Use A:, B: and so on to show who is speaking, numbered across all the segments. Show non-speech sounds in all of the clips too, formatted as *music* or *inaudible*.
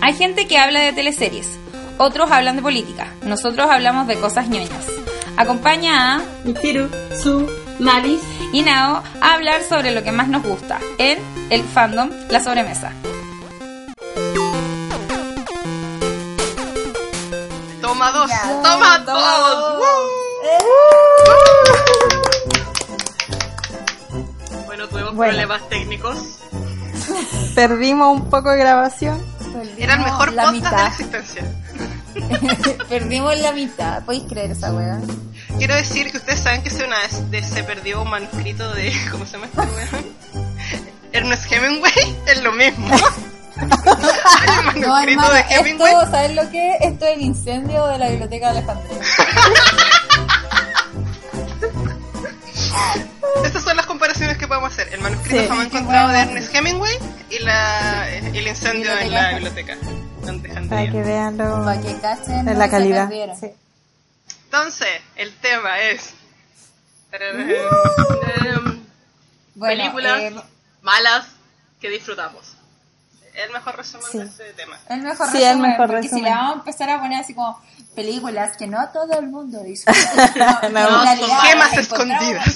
A: Hay gente que habla de teleseries, otros hablan de política, nosotros hablamos de cosas ñoñas. Acompaña a
B: Michiru, Su, Maris.
A: y Nao a hablar sobre lo que más nos gusta en el fandom La Sobremesa.
C: Toma dos, toma dos. ¡Woo! Bueno, tuvimos
D: Bueno.
C: problemas técnicos.
D: Perdimos un poco de grabación.
C: Era el mejor
E: la
C: podcast de la
E: mitad.
C: existencia.
E: Perdimos la mitad, podéis creer esa weá.
C: Quiero decir que ustedes saben que se, una vez de- se perdió un manuscrito de. *laughs* ¿Cómo se llama este weón? Ernest Hemingway es lo mismo. el manuscrito
E: No, hermano,
C: de Hemingway.
E: esto, ¿sabes lo que es? Esto es el incendio de la biblioteca de Alejandría.
C: Estas son las comparaciones que podemos hacer. El manuscrito
D: Sí.
C: jamás encontrado de Ernest Hemingway y la, el incendio en la biblioteca. Ante
D: Para
C: Alejandría.
D: que vean lo-
E: Para que cachen.
D: de
E: no
D: la
E: se
D: calidad.
E: perdieron.
D: Sí.
C: Entonces, el tema es... Tararán. Em,
E: Uh. Bueno,
C: películas
E: eh,
C: malas que disfrutamos. El mejor resumen
D: Sí.
C: de este tema.
E: el mejor
D: Sí, el
E: resumen.
D: mejor
E: porque
D: resumen.
E: si la vamos a empezar a poner así como películas que no todo el mundo disfruta. *laughs* No,
D: No,
E: en realidad
C: son gemas
E: las encontramos,
C: escondidas.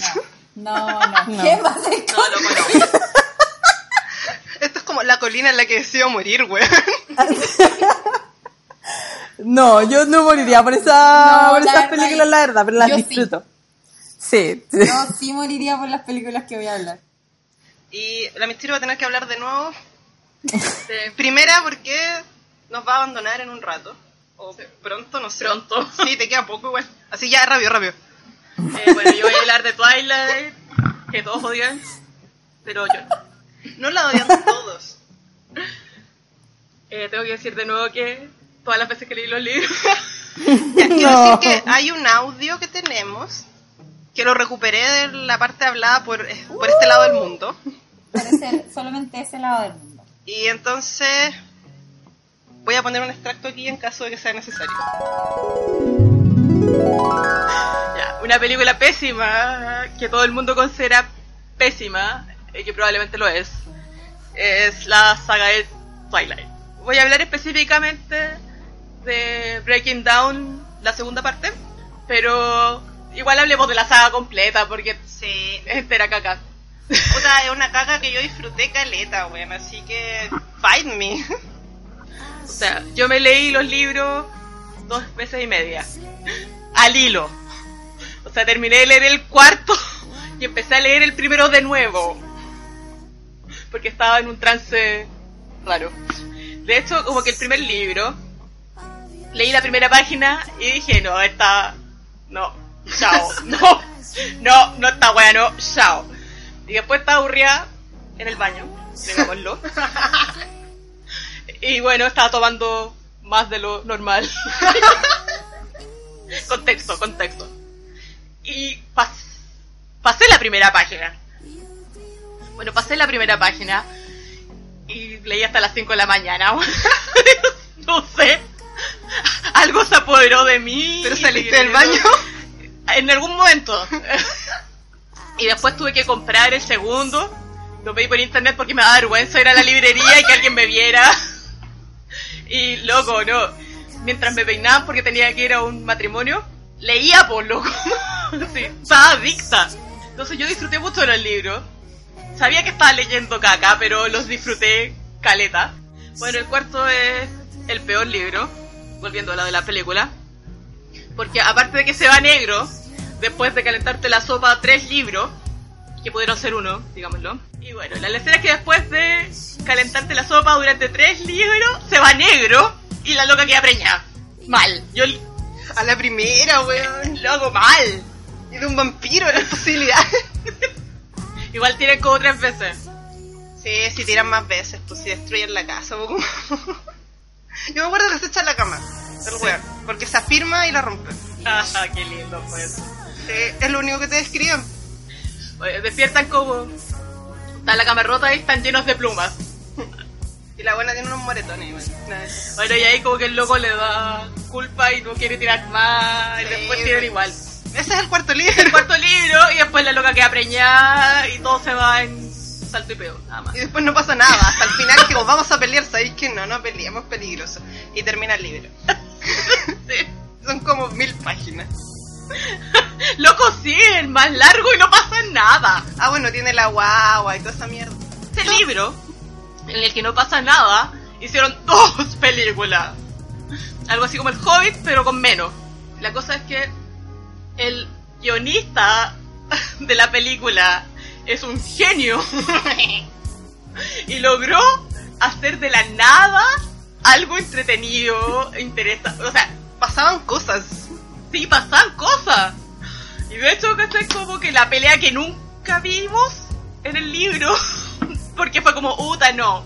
E: No, no, no,
D: *laughs* No.
E: gemas
C: No,
E: escondidas.
C: loco,
E: *laughs*
C: no. Esto es como la colina en la que decido morir, güey.
D: No, yo no moriría por, esa,
E: No,
D: por
E: la
D: esas
E: verdad
D: películas,
E: es-
D: la verdad, pero las
E: yo sí.
D: disfruto. Sí.
E: Yo sí moriría por las películas que voy a hablar.
C: Y la misterio va a tener que hablar de
F: *laughs*
C: nuevo. De- primera porque nos va a abandonar en un rato. O pronto, no sé. Pronto. *laughs* Sí, te queda poco igual. Así ya, rápido, rápido.
F: Eh, bueno, yo voy a hablar de Twilight, que todos odian, pero yo no.
C: No la odian todos.
F: Eh, tengo que decir de nuevo que todas las veces que leí
C: *laughs*
F: los libros,
C: Quiero
D: No.
C: decir que hay un audio que tenemos que lo recuperé de la parte hablada por, eh, por este lado del mundo.
E: Parece el- solamente ese lado del mundo.
C: Y entonces voy a poner un extracto aquí en caso de que sea necesario.
F: ya, una película pésima, que todo el mundo considera pésima, eh, que probablemente lo es, es la saga de Twilight. Voy a hablar específicamente de Breaking Down, la segunda parte, pero igual hablemos de la saga completa, porque
C: Sí.
F: es entera caca.
C: O sea, es una caga que yo disfruté caleta, weón. Así que, fight me.
F: O sea, yo me leí los libros dos veces y media. Al hilo. O sea, terminé de leer el cuarto y empecé a leer el primero de nuevo. Porque estaba en un trance raro. De hecho, como que el primer libro, leí la primera página y dije, no, esta... No, chao. No, no, no está bueno, chao. Y después estaba aburrida en el baño,
C: *laughs*
F: digámoslo. Y bueno, estaba tomando más de lo
C: *laughs*
F: normal. contexto, contexto. Y pas- pasé la primera página. Bueno, pasé la primera página y leí hasta las 5 de la mañana. *laughs* no sé. Algo se apoderó de mí.
C: Pero saliste del baño.
F: En algún momento. *laughs* y después tuve que comprar el segundo. Lo pedí por internet porque me daba vergüenza ir a la librería y que alguien me viera. *laughs* Y loco, no. Mientras me peinaban porque tenía que ir a un matrimonio, leía por loco. *laughs* sí, estaba adicta. Entonces yo disfruté mucho de los libros. Sabía que estaba leyendo caca, pero los disfruté caleta. Bueno, el cuarto es el peor libro, volviendo a lo de la *laughs* película. Porque aparte de que se va negro, después de calentarte la sopa tres libros, que pudieron ser uno, digámoslo. Y bueno, la lección es que después de calentarte la sopa durante tres libros, se va negro y la loca queda preñada. Mal. Yo
C: A la primera, weón.
F: lo hago mal.
C: Y de un vampiro, la posibilidad.
F: *laughs* Igual tiene como tres veces.
C: Sí, si tiran más veces, pues si destruyen la casa. po, como- *laughs* Yo me acuerdo que se echa en la cama, el weón, porque se afirma y la rompe.
F: Ajá, Ah, qué lindo fue eso.
C: Sí, Eh, es lo único que te describen.
F: Oye, Eh, Despiertan como... Está la cama rota y están llenos de plumas.
C: Y la buena tiene unos moretones, igual. Nada de eso.
F: Bueno, y ahí como que el loco le da culpa y no quiere tirar más. y
C: Sí,
F: después
C: bueno.
F: tiran igual.
C: Ese es el cuarto libro.
F: Cuarto libro y después la loca queda preñada y todo se va en salto y pego, nada más.
C: Y después no pasa nada. Hasta el final que vamos a pelear, sabéis que no, no peleamos peligroso. Y termina el libro. *laughs*
F: Sí.
C: Son como mil páginas.
F: Loco, sí, el más largo y no pasa nada.
C: Ah, bueno, tiene la guagua y toda esa mierda.
F: Este libro, en el que no pasa nada, hicieron *laughs* dos películas. Algo así como El Hobbit, pero con menos. La cosa es que el guionista *laughs* de la película es un genio *laughs* y logró hacer de la nada algo entretenido, interesante. O sea,
C: Pasaban cosas.
F: sí pasan cosas. Y de hecho, ¿cachai? Como que la pelea que nunca vimos en el libro, *laughs* porque fue como, uta, no.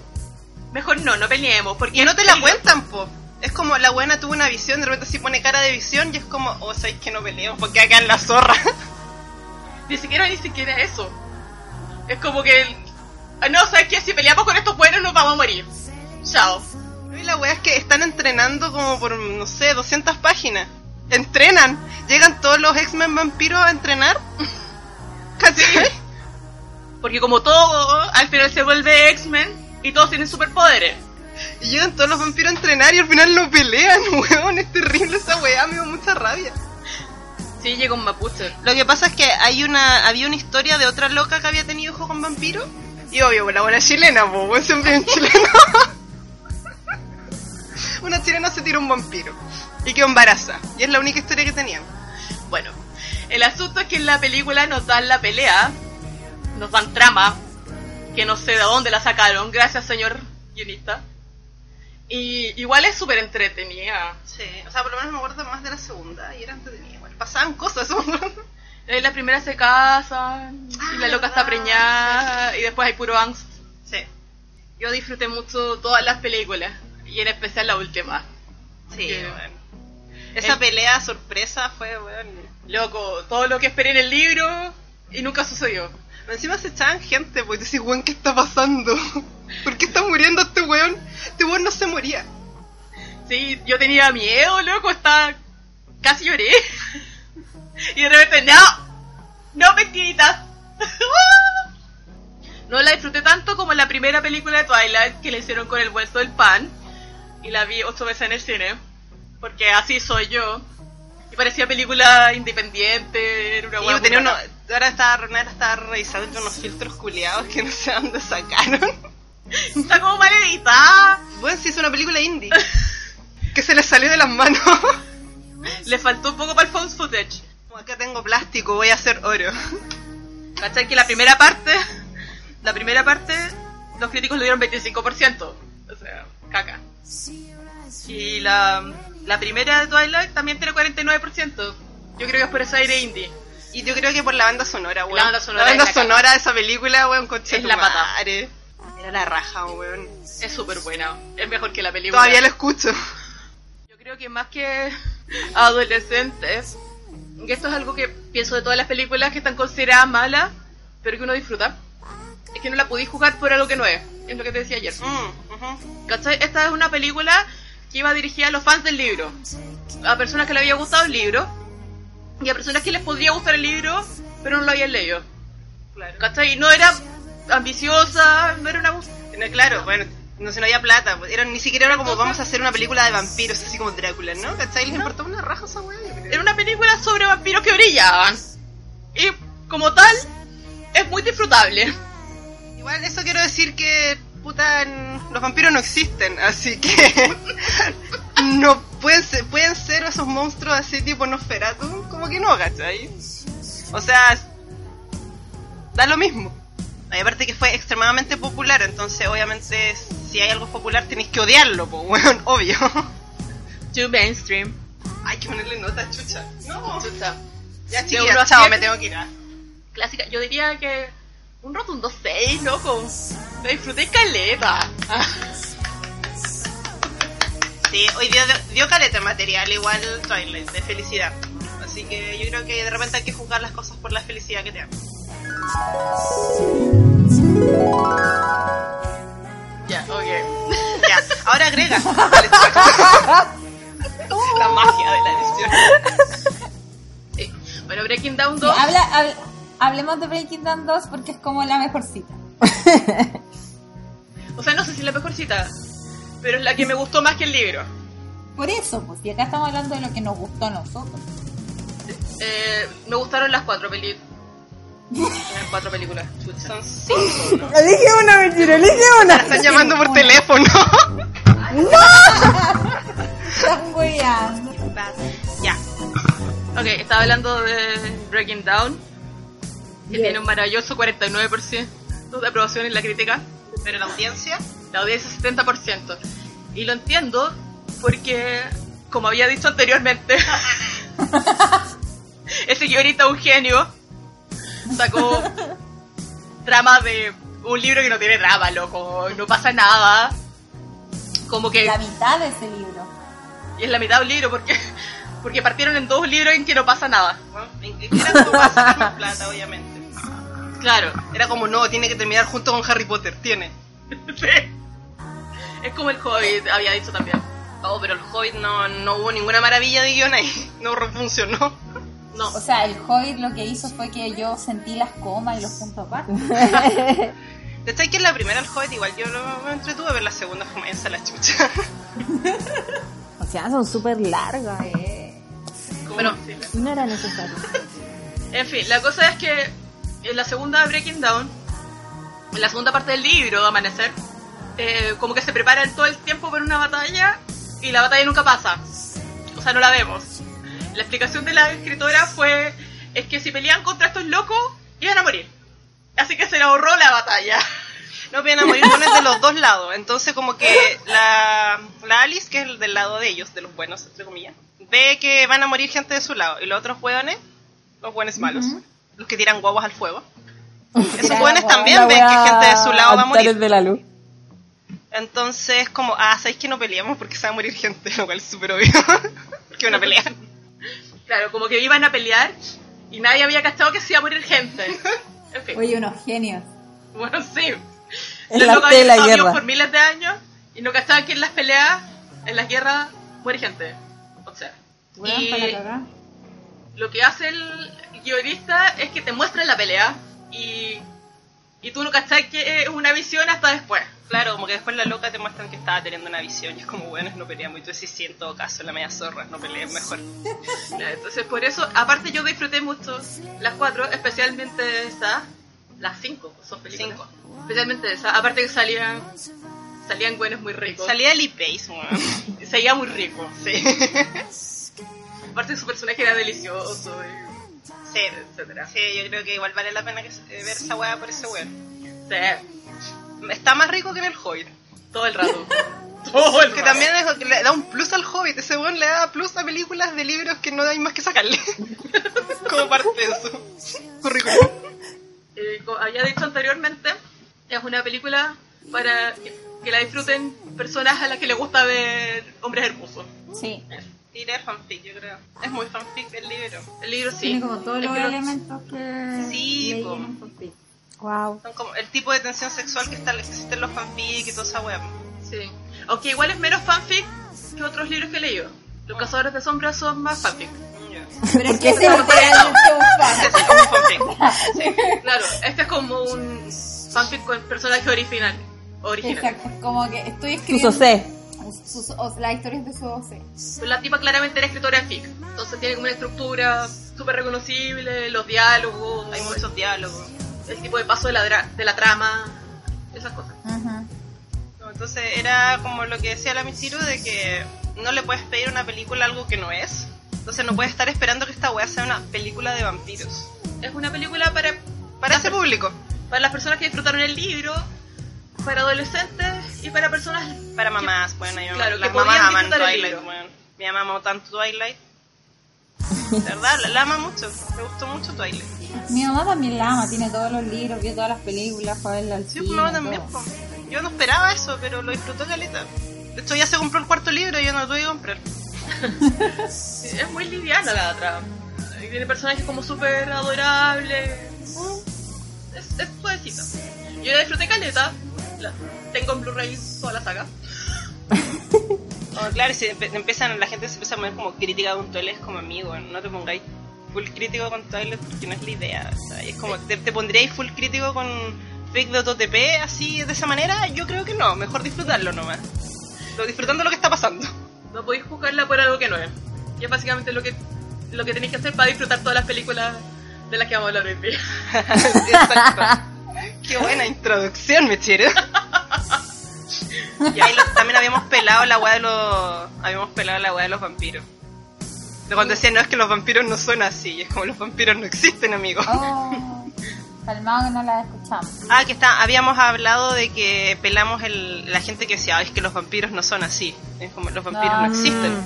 F: Mejor no, no peleemos, porque...
C: Y no te la
F: cuento
C: cuentan, po. Es como la buena tuvo una visión, de repente así pone cara de visión y es como, oh, sabéis que no peleamos porque acá en la zorra. *laughs*
F: Ni siquiera, ni siquiera eso. Es como que... el- "Ah, No, ¿sabes qué? Si peleamos con estos buenos nos vamos a morir. Chao.
C: Y la wea es que están entrenando como por, no sé, 200 páginas. Entrenan. Llegan todos los X-Men vampiros a entrenar. *laughs* ¿Cachai?
F: *laughs* Porque como todo, al final se vuelve X-Men y todos tienen superpoderes.
C: Y llegan todos los vampiros a entrenar y al final lo pelean, *laughs* weón. Es terrible esa weá, me dio mucha rabia.
F: Sí, llega un mapuche.
C: Lo que pasa es que hay una, había una historia de otra loca que había tenido hijo con vampiro. Y obvio, pues, la buena chilena, po, weón, siempre hay un chileno. *laughs* una chilena se tira un vampiro. Y que embaraza. Y es la única historia que tenían.
F: Bueno, el asunto es que en la película nos dan la pelea, nos dan trama, que no sé de dónde la sacaron, gracias señor guionista. Y igual es súper entretenida.
C: Sí, o sea, por lo menos me acuerdo más de la segunda y era entretenida. Igual pasaban cosas, *laughs* eso me acuerdo.
F: Eh, La primera se casa, y la
C: Ah,
F: loca está
C: verdad,
F: preñada, y después hay puro angst.
C: Sí,
F: Yo disfruté mucho todas las películas, y en especial la última.
C: sí,
F: Que-
C: bueno. Esa
F: El-
C: pelea sorpresa fue, bueno.
F: Loco, todo lo que esperé en el libro, y nunca sucedió.
C: Encima se echaban gente, pues decís, weón, ¿qué está pasando? *laughs* ¿Por qué está muriendo este weón? Este weón no se moría.
F: Sí, yo tenía miedo, loco, estaba... Casi lloré. *laughs* Y de repente, no, no mentiritas. *laughs* No la disfruté tanto como la primera película de Twilight que le hicieron con el vuelto del pan. Y la vi ocho veces en el cine. Porque así soy yo. Y parecía película independiente, era una
C: Y
F: hueá
C: yo tenía uno,
F: bacana.
C: ahora estaba, Ronald estaba revisando entre unos filtros culiados que no sé dónde sacaron.
F: *laughs* Está como mal editada.
C: Bueno, sí, es una película indie. que se le salió de las manos.
F: *laughs* Le faltó un poco para el found footage.
C: Como Acá tengo plástico, voy a hacer oro.
F: ¿Cachai? Que la primera parte, la primera parte, los críticos le dieron 25%. O sea, caca. Y la, la primera de Twilight también tiene 49%. Yo creo que es por ese aire indie.
C: Y yo creo que por la banda sonora, weón.
F: La banda sonora
C: banda
F: es la
C: sonora de esa película, weón, coche
F: Es la pata.
C: Era la raja, weón.
F: Es súper buena. Es mejor que la película.
C: Todavía lo escucho.
F: Yo creo que más que adolescentes, que esto es algo que pienso de todas las películas que están consideradas malas, pero que uno disfruta, es que no la podéis jugar por algo que no es. Es lo que te decía ayer.
C: Mm, ujú.
F: ¿Cachai? Esta es una película que iba dirigida a los fans del libro. A personas que les había gustado el libro. Y a personas que les podría gustar el libro, pero no lo habían leído. ¿Cachai? Y no era ambiciosa, no era una... bus-
C: No, claro, bueno, no se nos había plata. pues, Era, ni siquiera era como vamos a hacer una película de vampiros, así como Drácula, ¿no? ¿Cachai? Les importó una raja esa weón. yo creo.
F: Era una película sobre vampiros que brillaban. Y como tal, es muy disfrutable.
C: Igual eso quiero decir que, puta, n- los vampiros no existen, así que... *laughs* no pueden ser, pueden ser esos monstruos así tipo Nosferatu, como que no, ¿cachai? O sea, da lo mismo. Y aparte que fue extremadamente popular, entonces obviamente si hay algo popular tenéis que odiarlo, pues, *laughs* weón, obvio.
F: Too mainstream.
C: Hay que ponerle nota, chucha. No.
F: Chuta.
C: Ya
F: De uno a
C: chiquillas, chao,
F: siete.
C: me tengo que ir. ah.
F: Clásica. Yo diría que un rotundo 6, loco. Me disfruté caleta.
C: *laughs* Sí, hoy dio, dio caleta de material, igual Twilight, de felicidad. Así que yo creo que de repente hay que juzgar las cosas por la felicidad que te dan.
F: Ya, ok.
C: *laughs* Ya, ahora agrega. Vale,
F: La magia de la edición. *laughs* Sí. Bueno, Breaking Down 2.
E: Habla, habl- hablemos de Breaking Down 2 porque es como la mejor cita.
F: O sea, no sé si es la mejor cita, pero es la que me gustó más que el libro.
E: Por eso, pues, y acá estamos hablando de lo que nos gustó a nosotros.
F: Eh, me gustaron las cuatro películas. Las cuatro películas. chucha.
C: Son cinco. ¿no?
D: Elige una, mentira, elige una.
C: Están llamando por teléfono.
E: Están hueveando.
F: Ya. Ok, estaba hablando de Breaking Down, que tiene un maravilloso 49% de aprobación en la crítica,
C: Pero la audiencia.
F: la audiencia 70%. Y lo entiendo porque, como había dicho anteriormente, *laughs* ese guionista un genio sacó trama de un libro que no tiene trama, loco, no pasa nada. Como que
E: La mitad de ese libro.
F: y es la mitad de un libro porque, porque partieron en dos libros en que no pasa nada.
C: Bueno, en que quieran como va a sacar *laughs* más plata, obviamente. Ah.
F: Claro.
C: Era como, no, tiene que terminar junto con Harry Potter. Tiene. *laughs*
F: Sí. Es como el Hobbit, había dicho también.
C: Oh, pero el Hobbit no, no hubo ninguna maravilla de guión ahí. *laughs* No funcionó.
F: No,
E: O sea, el Hobbit lo que hizo fue que yo sentí las comas y los
D: *laughs*
E: puntos aparte.
C: De hecho, que en la primera el Hobbit igual yo lo me entretuve, pero en la segunda fue esa la chucha.
G: O sea, son súper largas. eh.
F: bueno,
G: No era necesario.
F: en fin, la cosa es que en la segunda Breaking Down, en la segunda parte del libro, Amanecer, eh, como que se preparan todo el tiempo para una batalla y la batalla nunca pasa. O sea, no la vemos. La explicación de la escritora fue, es que si peleaban contra estos locos, iban a morir. Así que se le ahorró la batalla. *laughs*
C: No vienen a morir buenos de los dos lados. Entonces, como que la, la Alice, que es el del lado de ellos, de los buenos, entre comillas, ve que van a morir gente de su lado. Y los otros hueones, los buenos malos, los que tiran guaguas al fuego. Esos
E: tiran
C: hueones
E: guaguas,
C: también ven que gente de su lado va a morir.
D: de la luz.
C: Entonces, como, ah, ¿sabéis que no peleamos porque se va a morir gente? Lo cual es súper obvio. *laughs* que una pelea.
F: Claro, como que iban a pelear y nadie había cachado que se iba a morir gente. En fin.
E: Oye, unos genios.
F: Bueno, sí.
D: En
F: Los
D: la
F: locos
D: tela
F: habían estado
D: guerra.
F: vivos por miles de años y no cachaban que en las peleas, en las guerras, muere gente. O sea,
E: Weón,
F: Y-
E: para la cagá.
F: lo que hace el guionista es que te muestra la pelea y, y tú no cachás que es una visión hasta después.
C: Claro, como que después la loca te muestran que estaba teniendo una visión y es como, bueno, no peleamos. Y tú decís, sí, en todo caso, la media zorra, no pelees mejor.
F: Entonces, por eso, aparte yo disfruté mucho las cuatro, especialmente esa, las cinco, son películas. Especialmente esa, aparte que salían, salían buenos muy ricos.
C: Salía del IPACE, weón.
F: Salía muy rico.
C: *laughs* Sí.
F: Aparte su personaje era delicioso, eh. y-
C: Sí.
F: etcétera.
C: Sí, yo creo que igual vale la pena que, eh, ver esa weá por ese weón.
F: Sí,
C: Está más rico que en el *laughs* Hobbit.
F: todo el
E: *laughs*
F: rato. todo el
C: Que
F: rato.
C: también es lo que le da un plus al Hobbit. Ese weón le da plus a películas de libros que no hay más que sacarle. *laughs* como parte de su currículum.
F: Eh, como había dicho anteriormente, es una película para que, que la disfruten personas a las que les gusta ver hombres hermosos.
E: Sí,
C: Diré fanfic, yo creo. Es muy fanfic el libro.
F: El libro sí.
E: tiene como todos
F: Es
E: los
F: que lo-
E: elementos que.
C: Sí,
E: leí
C: po.
E: en un papel.
G: Wow.
C: Son como el tipo de tensión sexual que está, existe en los fanfic y toda esa weá.
F: sí. Aunque igual es menos fanfic que otros libros que he leído.
E: Ah.
F: Los Cazadores de Sombras son más fanfic. Este
C: Ya.
E: Pero es que es literalmente un fan.
C: Es como un fanfic.
F: Claro, este es como un fanfic con personaje original. Original.
E: Exacto, como que estoy escribiendo.
D: Suso C.
E: Sus- o- las historias de su voce.
F: Pues La tipa claramente era escritora de fic. Entonces tiene como una estructura súper reconocible, los diálogos, hay muchos diálogos, el tipo de paso de la, dra- de la trama, esas cosas.
C: No, Entonces era como lo que decía la Michiru de que no le puedes pedir a una película algo que no es. Entonces no puedes estar esperando que esta weá sea una película de vampiros.
F: Es una película para,
C: Para ese público.
F: para las personas que disfrutaron el libro, para adolescentes y para personas...
C: Para mamás, bueno, hay mamás-
F: Claro, que
C: las
F: podían
C: mamás aman
F: disfrutar el
C: Twilight,
F: libro.
C: bueno. Mi mamá amó tanto Twilight. De verdad, la, la ama mucho. Me gustó mucho Twilight.
E: Mi mamá también la ama, tiene todos los libros, vio todas las películas, fue a verla al
C: Sí, pues,
E: cine,
C: mi mamá también.
E: todo.
C: po. Yo no esperaba eso, pero lo disfrutó caleta. De hecho, ya se compró el cuarto libro y yo no lo tuve que comprar.
F: Es muy liviana la trama. Y Tiene personajes como súper adorables. Es, es suavecito. Yo la disfruté caleta. La- tengo en Blu-ray toda la saga.
C: Oh, claro, y si empe- empiezan, la gente se empieza a poner como crítica con Twilight, es como amigo, no te pongáis full crítico con Twilight porque no es la idea. ¿sabes? Es como, te, te pondríais full crítico con fake de OTP así de esa manera, yo creo que no, mejor disfrutarlo nomás. Lo- Disfrutando lo que está pasando.
F: No podéis juzgarla por algo que no es. Y es básicamente lo que, lo que tenéis que hacer para disfrutar todas las películas de las que vamos a hablar hoy día.
C: Exacto. Qué buena introducción, me chiro. Y ahí los- también habíamos pelado la weá de los. Habíamos pelado la weá de los vampiros. De cuando decían, no, es que los vampiros no son así. Y es como los vampiros no existen, amigos.
A: Oh, calmado que no la escuchamos.
C: Ah, que está, habíamos hablado de que pelamos el, la gente que decía, "Ay, es que los vampiros no son así. Es como, los vampiros no
A: Ah.
C: existen.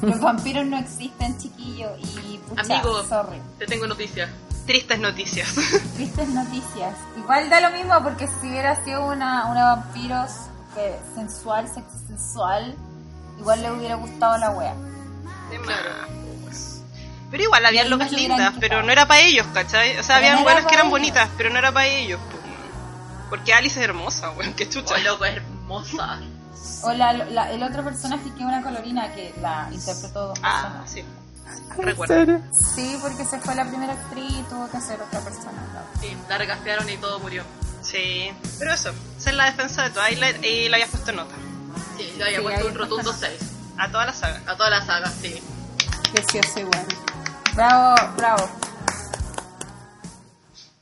A: Los vampiros no existen, chiquillo. Y pucha,
F: Amigo.
A: sorry.
F: Te tengo noticias.
C: Tristes noticias.
A: Tristes noticias. Igual da lo mismo porque si hubiera sido una, una vampiros que sensual, sexy sensual, igual le hubiera gustado la wea.
C: Ah, pues. pero igual, habían
A: Y
C: locas
A: algunas lo hubieran
C: lindas, pero
A: quitado.
C: no era para ellos, ¿cachai? O
A: Pero
C: sea, habían
A: no era
C: buenas que
A: pa'
C: eran
A: ellos.
C: bonitas, pero no era para ellos. po. Porque Alice es hermosa, weón, qué chucha.
F: *laughs* Oh, loco, es hermosa.
A: O la, la- el otro personaje que es una colorina que la interpretó dos
C: Ah,
A: personas.
C: sí.
H: ¿En
C: Recuerdo.
H: serio?
A: Sí, porque se fue la primera actriz y tuvo que ser otra persona.
F: Sí, la recastearon y todo murió.
C: Sí. Pero eso, esa es la defensa de Twilight y le habías puesto nota.
F: Sí, le había
A: Sí,
F: puesto
A: ahí
F: un rotundo
A: está.
F: 6.
C: A toda la saga.
F: A toda la saga, sí.
G: Precioso igual.
A: Bravo, bravo.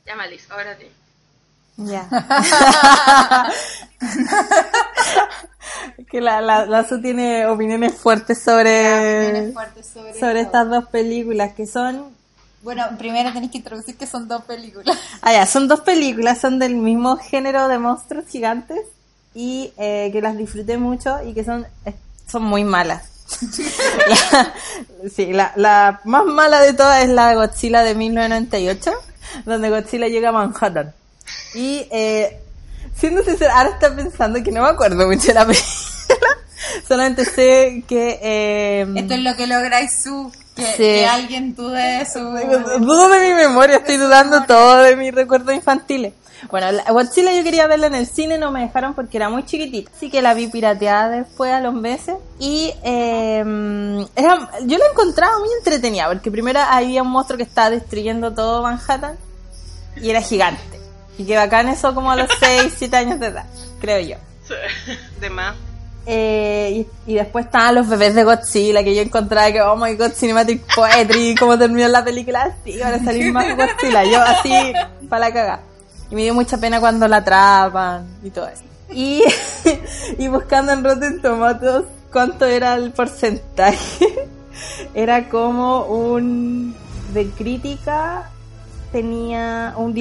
F: Ya, Malis, ahora sí.
D: *laughs*
G: Ya. que la, la, la Su tiene opiniones fuertes sobre,
A: Tienes fuerte sobre,
G: Eh, sobre
A: esto.
G: estas dos películas que son...
A: Bueno, primero tenés que introducir que son dos películas.
G: Ah, ya, son dos películas, son del mismo género de monstruos gigantes y eh, que las disfruté mucho y que son, eh, son muy malas. La- sí, la, la más mala de todas es la de Godzilla de 1998, donde Godzilla llega a Manhattan. Y eh, siendo sincera, ahora está pensando que no me acuerdo mucho de la película, *laughs* solamente sé que... eh,
A: Esto es lo que lográis su. Que,
G: Sí.
A: que alguien dude de su.
G: *laughs* Dudo de mi memoria, estoy dudando todo de mis recuerdos infantiles. Bueno, la- Godzilla yo quería verla en el cine, no me dejaron porque era muy chiquitita, así que la vi pirateada después a los meses. Y eh, era- yo la encontraba muy entretenida, porque primero había un monstruo que estaba destruyendo todo Manhattan y era gigante. Y que bacán eso como a los 6, 7 años de edad, creo yo.
A: *laughs*
C: De más.
G: Eh, y, y después estaban los bebés de Godzilla, que yo encontraba que, oh my god, Cinematic Poetry, cómo terminó la película así, van a salir más Godzilla. Yo así, para la cagada. Y me dio mucha pena cuando la atrapan y todo eso. Y, *laughs* y buscando en Rotten Tomatoes cuánto era el porcentaje. Era como un... de crítica tenía un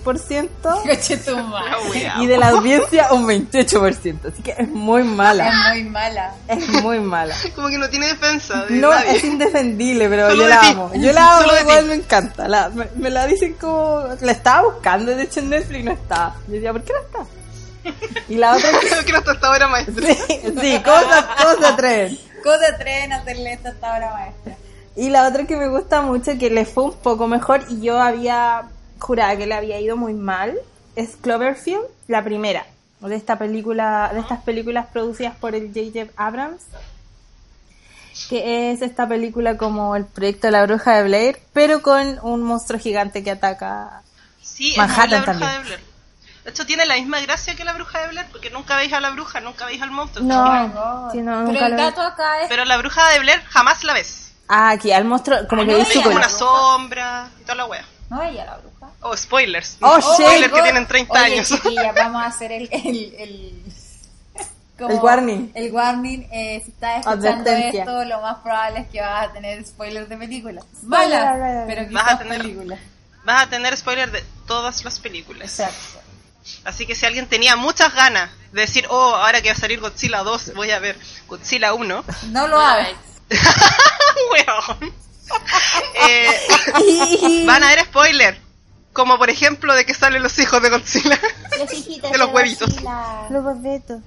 G: 16%
A: Coche tu madre.
C: La weá.
G: y de la audiencia un 28%. Así que es muy *laughs* mala.
A: Es muy mala.
G: Es *laughs* muy mala.
C: Como que no tiene defensa. De
G: No,
C: nadie.
G: es indefendible, pero yo
C: Solo de
G: la
C: ti.
G: amo. Yo la amo,
C: Solo de
G: igual
C: ti.
G: me encanta. La- me, me la dicen como. La estaba buscando, de hecho en Netflix no está. Yo decía, ¿por qué no está? Y la otra. *laughs*
C: Creo que no hasta ahora maestro.
G: Sí, sí, cosas, cosas tres.
A: ¿Cómo te atreven a hacerle esto hasta ahora, maestra?
G: Y la otra que me gusta mucho, que le fue un poco mejor y yo había jurado que le había ido muy mal, es Cloverfield, la primera, de esta película, de estas películas producidas por el J.J. Abrams, que es esta película como el proyecto La Bruja de Blair, pero con un monstruo gigante que ataca.
C: Sí,
G: Manhattan
C: es la bruja
G: también.
C: de Blair. De hecho, tiene la misma gracia que la bruja de Blair, porque nunca veis a la bruja, nunca veis al monstruo.
G: No, sí,
A: Pero
G: no, nunca
A: el
G: lo vi.
A: gato acá es.
C: Pero la bruja de Blair jamás la ves.
G: Ah, aquí al monstruo como que
A: no,
G: es
A: mira,
G: su
C: Como
A: Bueno.
C: una sombra y toda la wea.
A: No, ella la bruja.
C: Oh, spoilers.
G: Oh,
C: spoilers
G: shit.
C: que tienen 30
A: Oye,
C: años. *laughs*
A: chiquilla, vamos a hacer el. el, el... *laughs* como
G: El warning.
A: El warning, eh, si estás escuchando
G: Advertencia.
A: esto, lo más probable es que vas a tener spoilers de películas. Mala, pero quizás
C: Vas a tener-
A: películas.
C: Vas a tener spoilers de todas las películas.
A: Exacto.
C: Así que si alguien tenía muchas ganas de decir, oh, ahora que va a salir Godzilla 2, voy a ver Godzilla 1.
A: No lo hagas.
C: *laughs* Weón. Eh,
G: *laughs*
C: van a ver spoiler. Como por ejemplo de que salen los hijos de Godzilla. de los huevitos.
G: Los bobetos.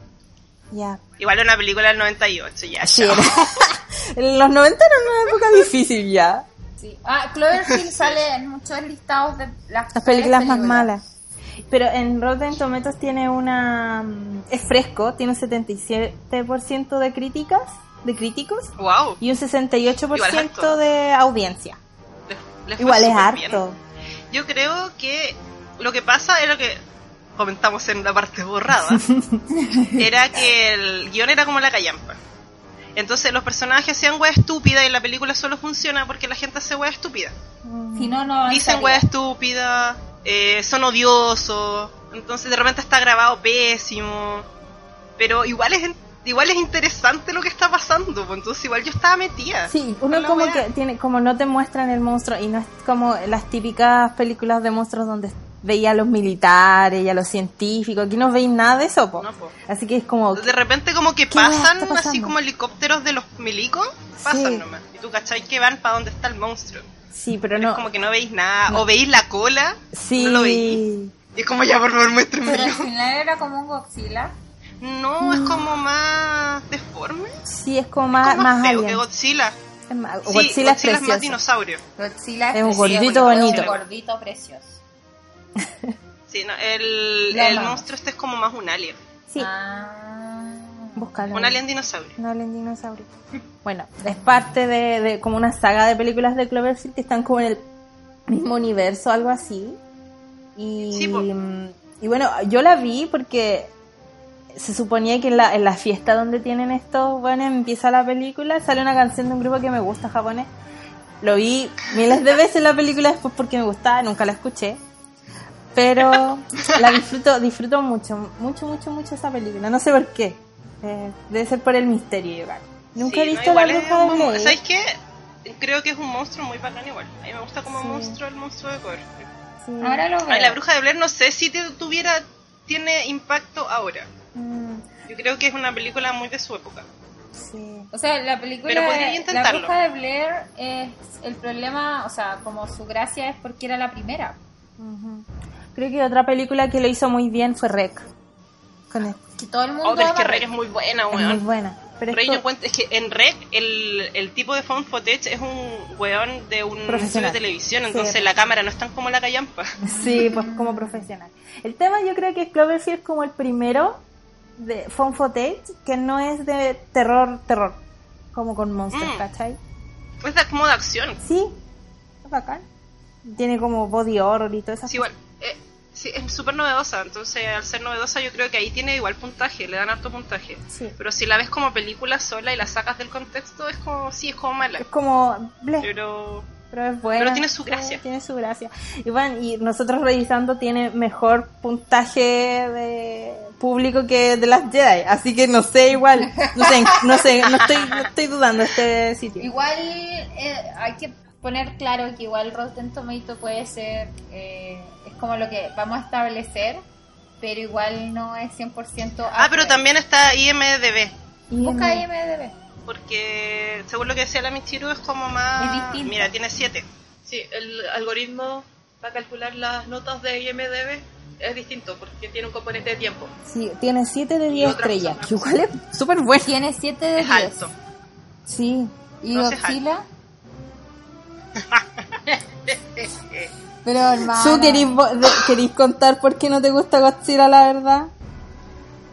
G: Ya.
C: Igual una película del 98, ya.
G: Sí, *laughs* era- Los 90 eran una época difícil ya.
A: Sí. Ah,
C: *laughs*
A: Cloverfield sale en muchos listados de las,
G: Las películas
A: tres
G: más malas. Pero en Rotten Tomatoes tiene una... mm, Es fresco, tiene un 77% de críticas, de críticos,
C: Wow.
G: y un 68%
C: Igual es harto.
G: de audiencia.
C: Le- le fue
G: Igual es
C: súper bien.
G: harto.
C: Yo creo que lo que pasa es lo que comentamos en la
G: *laughs*
C: parte borrada, era que el guión era como la callampa. Entonces los personajes hacían weas estúpidas y la película solo funciona porque la gente hace weas estúpidas.
G: Mm.
E: Si no, no
C: Dicen
E: avanzaría.
C: weas estúpidas, eh, son odiosos, entonces de repente está grabado pésimo. Pero igual es, igual es interesante lo que está pasando, pues, entonces igual yo estaba metida.
G: Sí, uno
C: Hola,
G: como
C: weá.
G: que tiene, como no te muestran el monstruo y no es como las típicas películas de monstruos donde veía a los militares y a los científicos, aquí no veis nada de eso, po.
C: No, po.
G: así que es como,
C: De repente como que
G: ¿Qué weá
C: pasan
G: está pasando?
C: así como helicópteros de los milicos, pasan
G: Sí.
C: nomás. Y tú cachai que van para donde está el monstruo.
G: sí, pero
C: Es
G: no,
C: como que no veis nada,
G: No.
C: o veis la cola,
G: sí,
C: no lo veis. Y es como ya por favor
E: Pero
G: *laughs*
E: al
C: muéstrenmelo.
E: final era como un Godzilla.
C: No, es como más deforme. Es
G: sí, es como más,
C: como
G: Ah, más
C: feo
G: alien.
C: que Godzilla.
G: Es más-
C: Sí,
G: Godzilla es
C: es más
G: precioso.
C: dinosaurio.
E: Godzilla
G: Es un
E: precioso,
G: gordito
E: es
G: bonito.
E: Un gordito precioso.
C: Sí, no, el,
E: Lo
C: el
E: amamos.
C: monstruo este es como más un alien.
G: Sí,
E: Ah.
G: búscalo.
C: Un alien dinosaurio.
G: Un alien
C: *laughs*
G: dinosaurio. Bueno, es parte de, de como una saga de películas de Cloverfield que están como en el mismo universo, algo así. Y,
C: Sí, po.
G: y bueno, yo la vi porque se suponía que en la, en la fiesta donde tienen estos, bueno, empieza la película, sale una canción de un grupo que me gusta japonés. Lo vi miles de veces la película después porque me gustaba, nunca la escuché.
C: *laughs*
G: Pero la disfruto, disfruto mucho, mucho, mucho, mucho esa película. No sé por qué. Eh, debe ser por el misterio, yo creo. Nunca
C: Sí,
G: he
C: no,
G: visto
C: igual
G: la
C: es
G: bruja de
C: un mon-
G: Blair.
C: ¿Sabes qué? Creo que es un monstruo muy bacán igual. A mí me gusta como monstruo el monstruo de Gore.
G: Sí.
E: Ahora lo
C: Ay, la
E: veo.
C: bruja de Blair no sé si te- tuviera tiene impacto ahora.
G: Mm,
C: Yo creo que es una película muy de su época.
G: sí.
E: O sea, la película
C: Pero podría
E: de, La
C: intentarlo.
E: Bruja de Blair es el problema, o sea, como su gracia es porque era la primera.
G: Ujú. Creo que otra película que lo hizo muy bien fue Rec. Con el-
E: Que todo el mundo
C: Oh, pero es que
E: ama-
C: Rec es muy buena,
G: es muy
C: weón.
G: buena. Pero es
C: Rey,
G: co-
C: yo cuento- es que en Rec el, el tipo de found footage es un weón de un
G: Profesional.
C: estudio de televisión,
G: Sí.
C: entonces la cámara no es tan como la callampa. *laughs*
G: *laughs* Sí, pues como profesional. El tema yo creo que es Cloverfield como el primero de Fun Footage que no es de terror, terror, como con monstruos,
C: Mm.
G: ¿cachai?
C: Pues da como de acción.
G: Sí, es bacán. Tiene como body horror y todas esas
C: Sí, igual, eh, sí, es súper novedosa, entonces al ser novedosa yo creo que ahí tiene igual puntaje, le dan harto puntaje.
G: Sí.
C: Pero si la ves como película sola y la sacas del contexto, es como, sí, es como mala.
G: Es como, bleh,
C: Pero
G: pero es buena.
C: pero tiene su gracia.
G: Sí, tiene su gracia. Y bueno, y nosotros revisando tiene mejor puntaje de público que de las Jedi, así que no sé igual, no sé, no sé, no estoy, no estoy dudando este sitio.
E: Igual eh, hay que poner claro que igual Rotten Tomato puede ser, eh, es como lo que vamos a establecer, pero igual no es 100%
C: Ah, pero
E: accurate.
C: también está IMDB,
G: Y
E: Busca
G: en-
E: IMDB.
C: porque según lo que decía la Michiru es como más...
E: Es distinto.
C: Mira, tiene 7.
F: Sí, el algoritmo para calcular las notas de IMDB es distinto porque tiene un componente de tiempo.
G: Sí, tiene 7 de
F: Y
G: 10
F: otra
G: estrellas.
F: persona.
G: Que igual es súper bueno.
E: Tiene 7 de
C: Es
E: 10.
C: alto.
G: Sí.
E: Y
C: Entonces,
E: Godzilla.
C: *laughs*
E: pero hermano.
G: Su, ¿querís, vo- de- querís contar por qué no te gusta Godzilla, la verdad?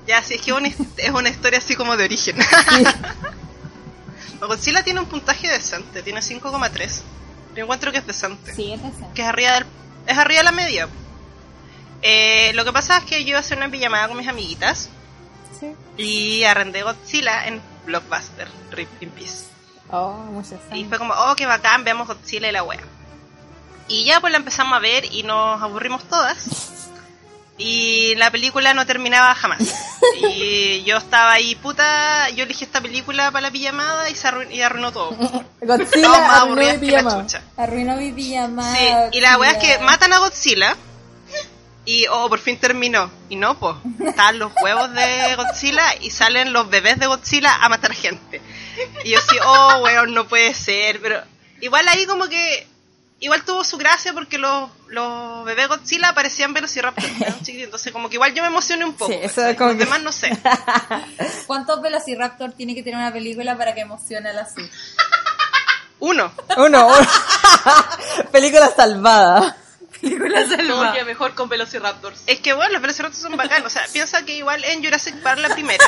C: Ya, sí, es que una his- es una historia así como de origen. *laughs* Godzilla tiene un puntaje decente, tiene 5,3. Yo encuentro que es decente.
E: Sí, es decente.
C: que es arriba, del- es arriba de la media. Eh, lo que pasa es que yo iba a hacer una pijamada con mis amiguitas
G: Sí.
C: y arrendé Godzilla en Blockbuster, Rip in Peace.
G: Oh, muchas
C: Y
G: gracias.
C: fue como, oh, qué bacán, veamos Godzilla y la wea. Y ya pues la empezamos a ver y nos aburrimos todas. Y la película no terminaba jamás. Y yo estaba ahí, puta, yo elegí esta película para la pijamada y se arruin- y arruinó todo. Estaba
G: Godzilla
C: más
G: arruinó
C: aburrida
G: mi
C: que la
G: pijama.
C: chucha.
E: Arruinó mi pijama.
C: Sí,
G: Ah,
C: y la weá es que matan a Godzilla. Y, oh, por fin terminó. Y no, pues, están los huevos de Godzilla y salen los bebés de Godzilla a matar gente. Y yo sí, oh, weón, no puede ser, pero... Igual ahí como que... Igual tuvo su gracia porque los, los bebés Godzilla parecían velociraptor. eran chiquititos, Entonces como que igual yo me emocioné un poco.
G: Sí, eso
C: ¿cachai?
G: es como
C: los
G: que-
C: demás
G: *laughs*
C: no sé.
E: ¿Cuántos Velociraptor tiene que tener una película para que emocione a la suya?
C: Uno.
G: Uno, uno. Película salvada.
F: Todo que mejor con Velociraptors.
C: Es que bueno, los velociraptors son bacanos. O
E: *laughs*
C: sea, piensa que igual en Jurassic Park la primera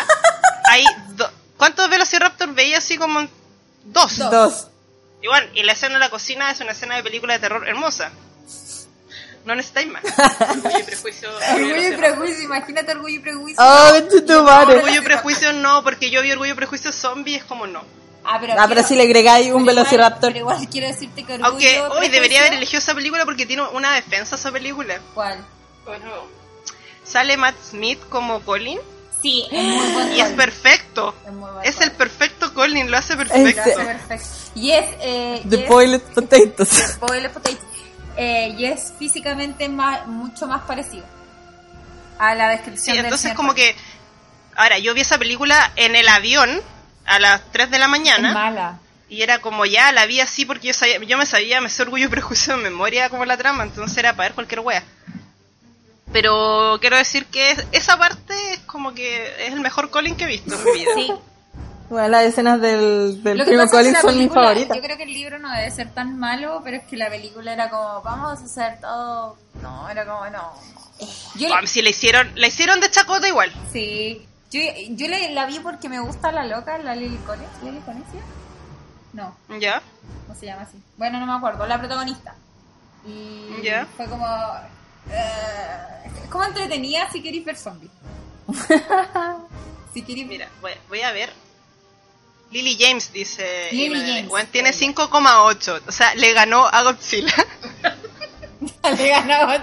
C: hay do- ¿Cuántos velociraptors veía así como en- dos?
G: Dos.
C: Igual, y la escena de la cocina es una escena de película de terror hermosa. No necesitáis
E: *laughs*
C: más.
F: Orgullo y prejuicio.
E: Orgullo y prejuicio, imagínate orgullo y prejuicio.
G: Oh, concha tu madre.
C: Orgullo y prejuicio no, porque yo vi orgullo y prejuicio zombie, es como no.
E: Ah, pero,
G: Ah, pero
E: quiero-
G: si le agregáis un
E: pero igual-
G: velociraptor.
E: Pero igual quiero decirte que orgullo.
C: Aunque hoy
E: prejuicio-
C: debería haber elegido esa película porque tiene una defensa esa película.
E: ¿Cuál?
F: Bueno,
C: Sale Matt Smith como Colin
E: Sí, es muy buen
C: y es
E: call.
C: perfecto.
E: Es muy buen
C: Es
E: call.
C: el perfecto Colin, lo hace
E: Lo hace
C: perfecto.
E: perfecto. Y es. Eh, y
G: The
E: es-
G: boiled
A: *laughs*
G: potatoes.
E: Boiled potato. Eh, y es físicamente más, mucho más parecido a la
C: Sí,
E: descripción del
C: entonces
E: señor
C: como que... Ahora, yo vi esa película en el avión a las 3 de la
E: Frank. Es
C: mañana
E: mala.
C: y era como ya, la vi así porque yo, sabía- yo me sabía, me sé orgullo y prejuicio de memoria como la trama, entonces era para ver cualquier wea. Pero quiero decir que es- esa parte es como que es el mejor Colin que he visto en mi vida.
E: Sí.
G: Bueno, las escenas del, del
E: Lo que
G: primo
E: pasa es que
G: Collins
E: la
G: son mis
E: película-
G: favoritas.
E: Yo creo que el libro no debe ser tan malo, pero es que la película era como, vamos a hacer todo. No, era como, no. Yo,
C: Ah, sí, la hicieron, la hicieron de chacota igual.
E: sí. Yo, yo le- la vi porque me gusta la loca, la Lily Collins. ¿Lily Collins? sí? No.
C: ¿Ya?
E: ¿Cómo se llama así? Bueno, no me acuerdo, la protagonista. Y
C: Ya.
E: fue como... eh, es como entretenida si queréis
C: *laughs*
E: ver zombies. si queréis *laughs*
C: Mira, voy, voy a ver. Lily James dice.
E: Lily
C: IMDb.
E: James.
C: Bueno, tiene 5,8. O sea, le ganó a Godzilla.
E: le ganaba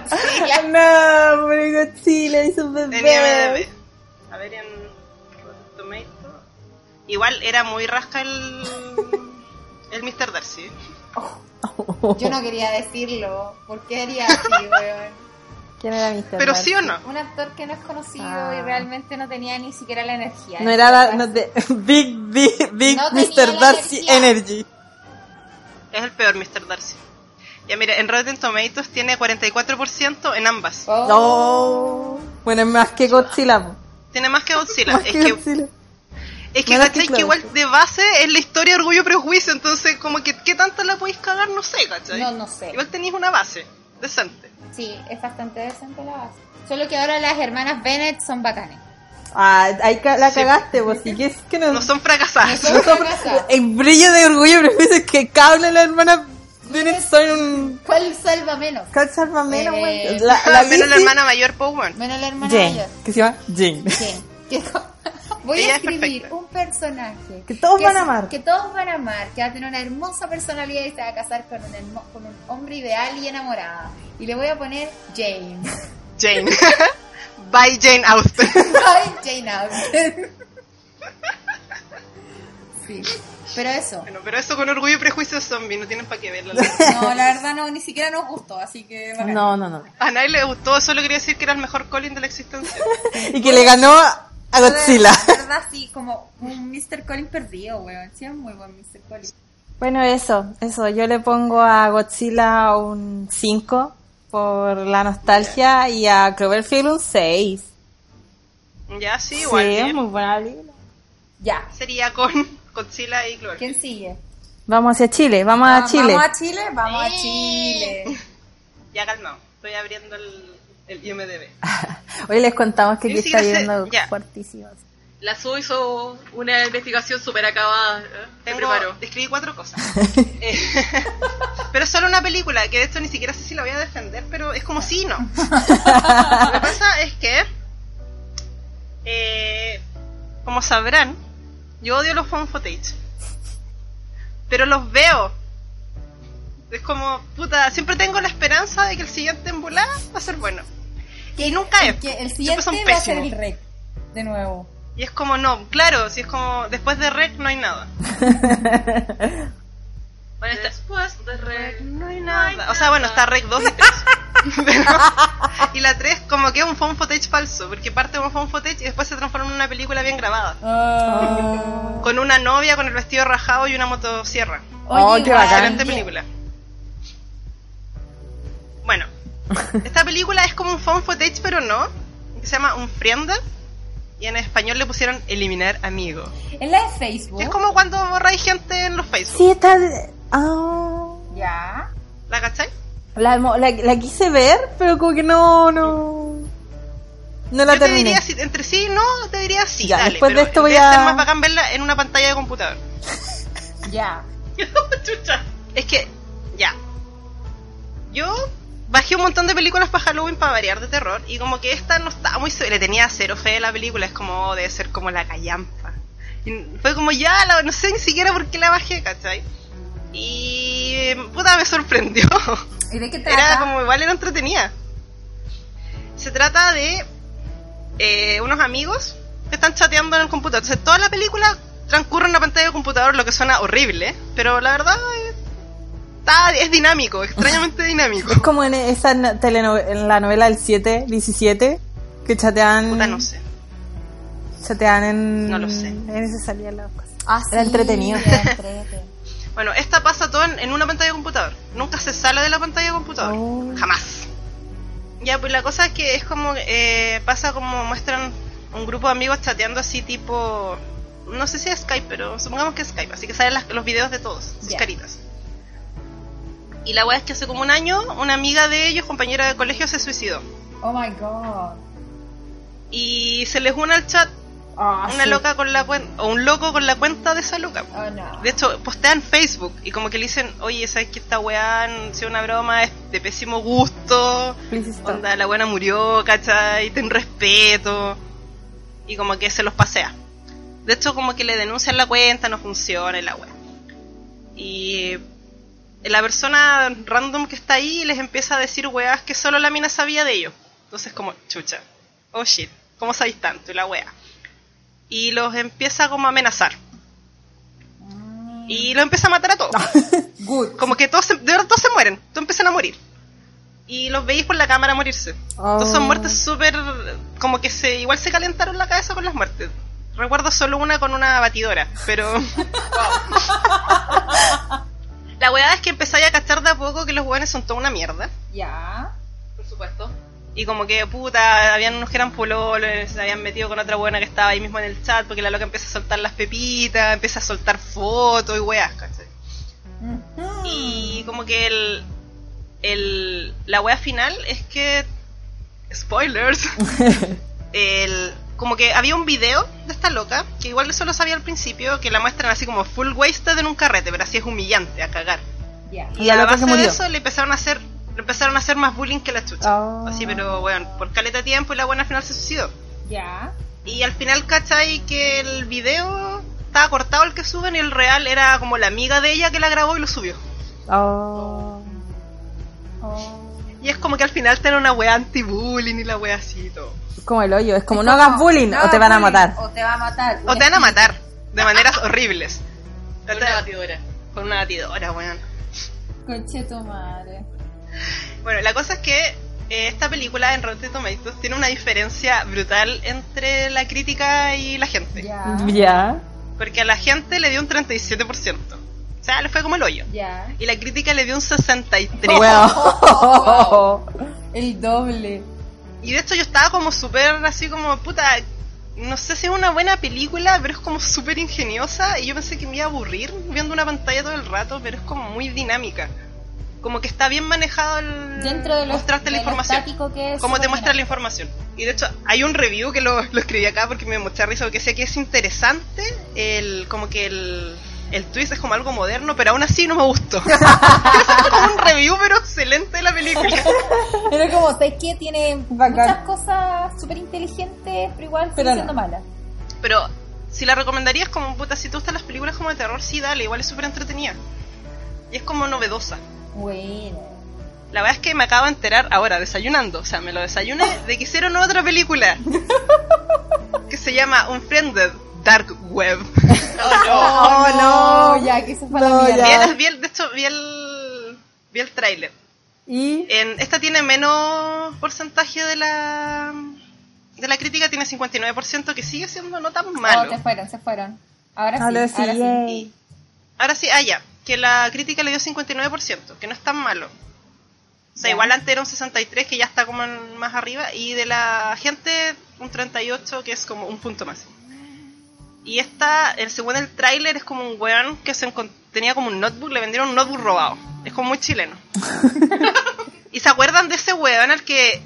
G: No, pobre Godzilla y sus
C: en
G: bebés.
C: IMDb.
G: *laughs*
C: A ver, en Rotten Tomato. Igual era muy
G: *laughs*
C: rasca el. el Mr. Darcy.
E: Yo no quería decirlo. ¿Por qué haría así, weón?
G: ¿Quién era Mr.
C: Pero
G: Darcy?
C: sí o no.
E: Un actor que no es conocido
G: Ah.
E: y realmente no tenía ni siquiera la energía.
G: No era la- no te- *laughs* Big, Big, Big
E: No tenía
G: Mr.
E: la
G: Darcy
E: energía.
G: Energy.
C: Es el peor Mr. Darcy. Ya, mira, en Rotten Tomatoes tiene 44% en ambas.
E: Oh,
G: No. Bueno, es más que Godzilla. po.
C: Tiene más que Godzilla.
G: Más
C: es
G: que
C: que
G: Godzilla.
C: Es que
G: Menos
C: cachai
G: que Chloe.
C: que igual de base es la historia de orgullo y prejuicio, entonces como que qué tanta la podéis cagar, no sé, cachai.
E: No, no sé.
C: Igual tenéis una base decente.
E: Sí, es bastante decente la base. Solo que ahora las hermanas Bennett son bacanes.
G: Ah, ahí ca- la
C: Sí.
G: cagaste, vos. ¿Y qué es que no?
C: No son
G: Ah,
C: fracasadas.
E: Son fracasadas.
G: El brillo de orgullo, pero es que cable la hermana. Tienen son un.
E: ¿Cuál salva menos?
G: Calzar mamero,
E: Eh,
G: güey. La, *laughs* la
C: Al menos la
G: bici-
C: hermana mayor Powan.
E: Menos la hermana
G: Jane.
E: mayor.
G: Que se llama Jane.
E: Jane. Que- *laughs* Voy
C: Ella
E: a
C: es
E: escribir
C: perfecta.
E: un personaje
G: Que todos van a
E: se-
G: amar.
E: Que todos van a amar, que va a tener una hermosa personalidad y se va a casar con un, hermo- con un hombre ideal y enamorada. Y le voy a poner
G: *laughs*
E: Jane.
C: Jane. *laughs* By Jane Austen.
E: Ay, Jane Austen. Sí. Pero eso.
C: bueno, pero eso con orgullo y prejuicio zombie, no tienen para qué verla.
E: No, la verdad no, ni siquiera nos gustó, así que bacán.
G: No, no, no.
C: A nadie le gustó, solo quería decir que era el mejor Colin de la existencia.
G: Y que le ganó a Godzilla.
E: La verdad sí, como un Mr. Collins perdido, weón. Sí, es muy buen Mr. Collins.
G: Bueno, eso, eso. Yo le pongo a Godzilla un 5 por la nostalgia y a Cloverfield un 6.
C: ya, sí,
G: Sí,
C: igual.
G: es
C: bien.
G: muy buena película.
E: Ya.
C: Sería con Godzilla y Gloria.
E: ¿Quién sigue?
G: Vamos hacia Chile, vamos a
E: Ah,
G: Chile.
E: Vamos a Chile, vamos a
C: Sí.
E: Chile.
C: Ya calmado, estoy abriendo el, el IMDB.
G: Hoy les contamos que
C: Yo
G: aquí
C: sí
G: está
C: que sé-
G: viendo
C: ya.
G: fuertísimo.
F: la SU hizo una investigación súper acabada. ¿eh? Se
C: Tengo,
F: preparó.
C: escribí cuatro cosas. Eh, *laughs* pero es solo una película, que de hecho ni siquiera sé si la voy a defender, pero es como si no. Lo que pasa es que, eh, como sabrán, yo odio los fan footage. Pero los veo. Es como, puta, siempre tengo la esperanza de que el siguiente en volada va a ser bueno. Y nunca es.
E: Que el
C: Siempre
E: siguiente
C: son
E: va a ser el
C: pésimos.
E: rec. De nuevo.
C: Y es como, no, claro, si es como, después de Rec no hay nada.
F: Bueno, esta- después de re-
C: No hay nada. O sea, bueno, está Rec 2 y 3. *laughs* y la 3 como que es un phone footage falso, porque parte de un phone footage y después se transforma en una película bien grabada. Con una novia con el vestido rajado y una motosierra.
G: Oh, qué
E: igual,
G: bacán.
C: Excelente película. Bueno, esta película es como un phone footage, pero no. que Se llama Un Friender. Y en español le pusieron eliminar amigo.
E: Es la de Facebook.
A: Oh.
C: Es como cuando borráis gente en los Facebook.
G: Sí, está... ah.
E: Ya.
C: ¿La cachai?
G: La, almo- la, la quise ver, pero como que no, no... No la
C: Yo te
G: terminé.
C: diría si- entre sí y no, te diría sí.
G: Ya,
C: dale,
G: después de
C: pero
G: esto voy
C: debe
G: a-
C: ser más bacán verla en una pantalla de computador.
E: Ya.
F: Chucha.
C: Es que, ya. Yo bajé un montón de películas para Halloween para variar de terror y como que esta no estaba muy se- le tenía cero fe a la película, es como oh, debe ser como la callampa. Y fue como ya, la- no sé ni siquiera por qué la bajé, ¿cachai? Y puta me sorprendió. *laughs*
E: ¿Y de qué
C: Era
E: trata?
C: como igual era entretenida. Se trata de eh, unos amigos que están chateando en el computador. Entonces toda la película transcurre en una pantalla de computador, lo que suena horrible, pero la verdad es, está- es dinámico, extrañamente dinámico.
G: Es como en esa no- teleno- en la novela del 7, 17, que chatean.
C: Puta, no sé.
G: Chatean en.
C: No lo sé.
G: En esa salía la cosa.
E: Ah,
G: Era entretenido.
E: era entrete.
C: Bueno, esta pasa todo en, en una pantalla de computador. Nunca se sale de la pantalla de computador.
G: Oh.
C: Jamás. Ya, pues la cosa es que es como. eh, pasa como muestran un grupo de amigos chateando así, tipo. No sé si es Skype, pero supongamos que es Skype. Así que salen las- los videos de todos, sus
E: Ya.
C: caritas. Y la weá es que hace como un año, una amiga de ellos, compañera de colegio, se suicidó.
E: Oh my god.
C: Y se les une al chat
E: Ah,
C: una
E: sí.
C: loca con la cuen- o un loco con la cuenta de esa loca.
E: Oh no.
C: De hecho, postean Facebook y como que le dicen, oye, ¿sabes que esta weá no sea una broma? Es de pésimo gusto.
G: Please stop.
C: Onda, la buena murió, ¿cachai? Ten respeto. Y como que se los pasea. De hecho, como que le denuncian la cuenta, no funciona y la weá. Y la persona random que está ahí les empieza a decir weás que solo la mina sabía de ellos. Entonces como, chucha, oh shit, ¿cómo sabéis tanto? Y la weá. Y los empieza como a amenazar. Y los empieza a matar a todos.
E: Good.
C: Como que todos se, de verdad todos se mueren, todos empiezan a morir. Y los veis por la cámara morirse.
G: Oh.
C: Entonces son muertes súper... Como que se igual se calentaron la cabeza con las muertes. Recuerdo solo una con una batidora, pero... *laughs* la weá es que empezáis a cachar de a poco que los weones son toda una mierda.
E: Ya.
C: Por supuesto. Y como que, puta, habían unos que eran pololes, se habían metido con otra buena que estaba ahí mismo en el chat, porque la loca empieza a soltar las pepitas, empieza a soltar fotos y weas, ¿cachai? Y como que el, el, la wea final es que.
G: *laughs*
C: Spoilers. el, como que había un video de esta loca, que igual eso lo sabía al principio, que la muestran así como full wasted en un carrete, pero así es humillante, a cagar.
E: Ya.
G: Y
C: Y,
G: la
C: a
G: loca
C: base
G: se murió.
C: de eso le empezaron a hacer le empezaron a hacer más bullying que la chucha.
G: Oh.
C: Así, pero bueno, por caleta de tiempo y la buena al final se suicidó.
E: Ya.
C: Y al final, ¿cachai? Que el video estaba cortado el que suben y el real era como la amiga de ella que la grabó y lo subió.
G: Oh.
C: Y es como que al final te era una wea anti-bullying y la wea así y todo.
G: Es como el hoyo. Es como no hagas bullying
E: No
G: o te van a
E: bullying,
G: matar.
E: O te va a matar.
C: O te van a matar de maneras horribles.
F: Con una batidora.
C: Con una batidora, weón.
E: Conche tu madre.
C: Bueno, la cosa es que eh, esta película en Rotten Tomatoes tiene una diferencia brutal entre la crítica y la gente.
G: Ah.
E: Ya.
G: Ya.
C: Porque a la gente le dio un 37%. O sea, le fue como el hoyo.
E: Ya.
C: Y la crítica le dio un 63%.
G: *laughs* Wow.
E: El doble.
C: Y de hecho yo estaba como súper así como, puta, no sé si es una buena película, pero es como súper ingeniosa. Y yo pensé que me iba a aburrir viendo una pantalla todo el rato, pero es como muy dinámica. Como que está bien manejado el
E: Dentro de lo,
C: mostrarte
E: de
C: la
E: lo
C: información.
E: estático que es.
C: Cómo te
E: súper
C: muestra la
E: dinámico.
C: información. Y de hecho hay un review que lo, lo escribí acá porque me dio mucha risa, porque sé que es interesante, el como que el, el twist es como algo moderno, pero aún así no me gustó. *laughs* es como un review pero excelente de la película.
E: Pero como, ¿sabes qué? Tiene
G: Bacán.
E: muchas cosas súper inteligentes, pero igual sigue
G: Pero no.
E: siendo mala.
C: Pero si la recomendarías como puta, si te gustan las películas como de terror, sí, dale, igual es súper entretenida. Y es como novedosa.
E: Bueno.
C: La verdad es que me acabo de enterar ahora, desayunando, o sea, me lo desayuné, de que hicieron otra película que se llama Unfriended Dark Web.
G: Oh, no.
E: Ya, que eso fue
G: No,
E: la mierda.
G: ya.
C: Vi el- de hecho, vi el, vi el tráiler.
G: Y.
C: En- Esta tiene menos porcentaje de la, de la crítica, tiene 59%, que sigue siendo Ah, no tan malo.
E: No, se fueron, se fueron. Ahora sí,
G: Ahora
E: ahora
G: sí,
E: sí.
G: yay.
C: Y ahora sí, ah, ya, que la crítica le dio 59%, que no es tan malo. O sea,
E: Ya.
C: igual antes era un 63, que ya está como en- más arriba, y de la gente un 38, que es como un punto más. Y esta, el, según el tráiler, es como un weón que se encon- tenía como un notebook, le vendieron un notebook robado. Es como muy chileno. ¿Y se acuerdan de ese weón al que,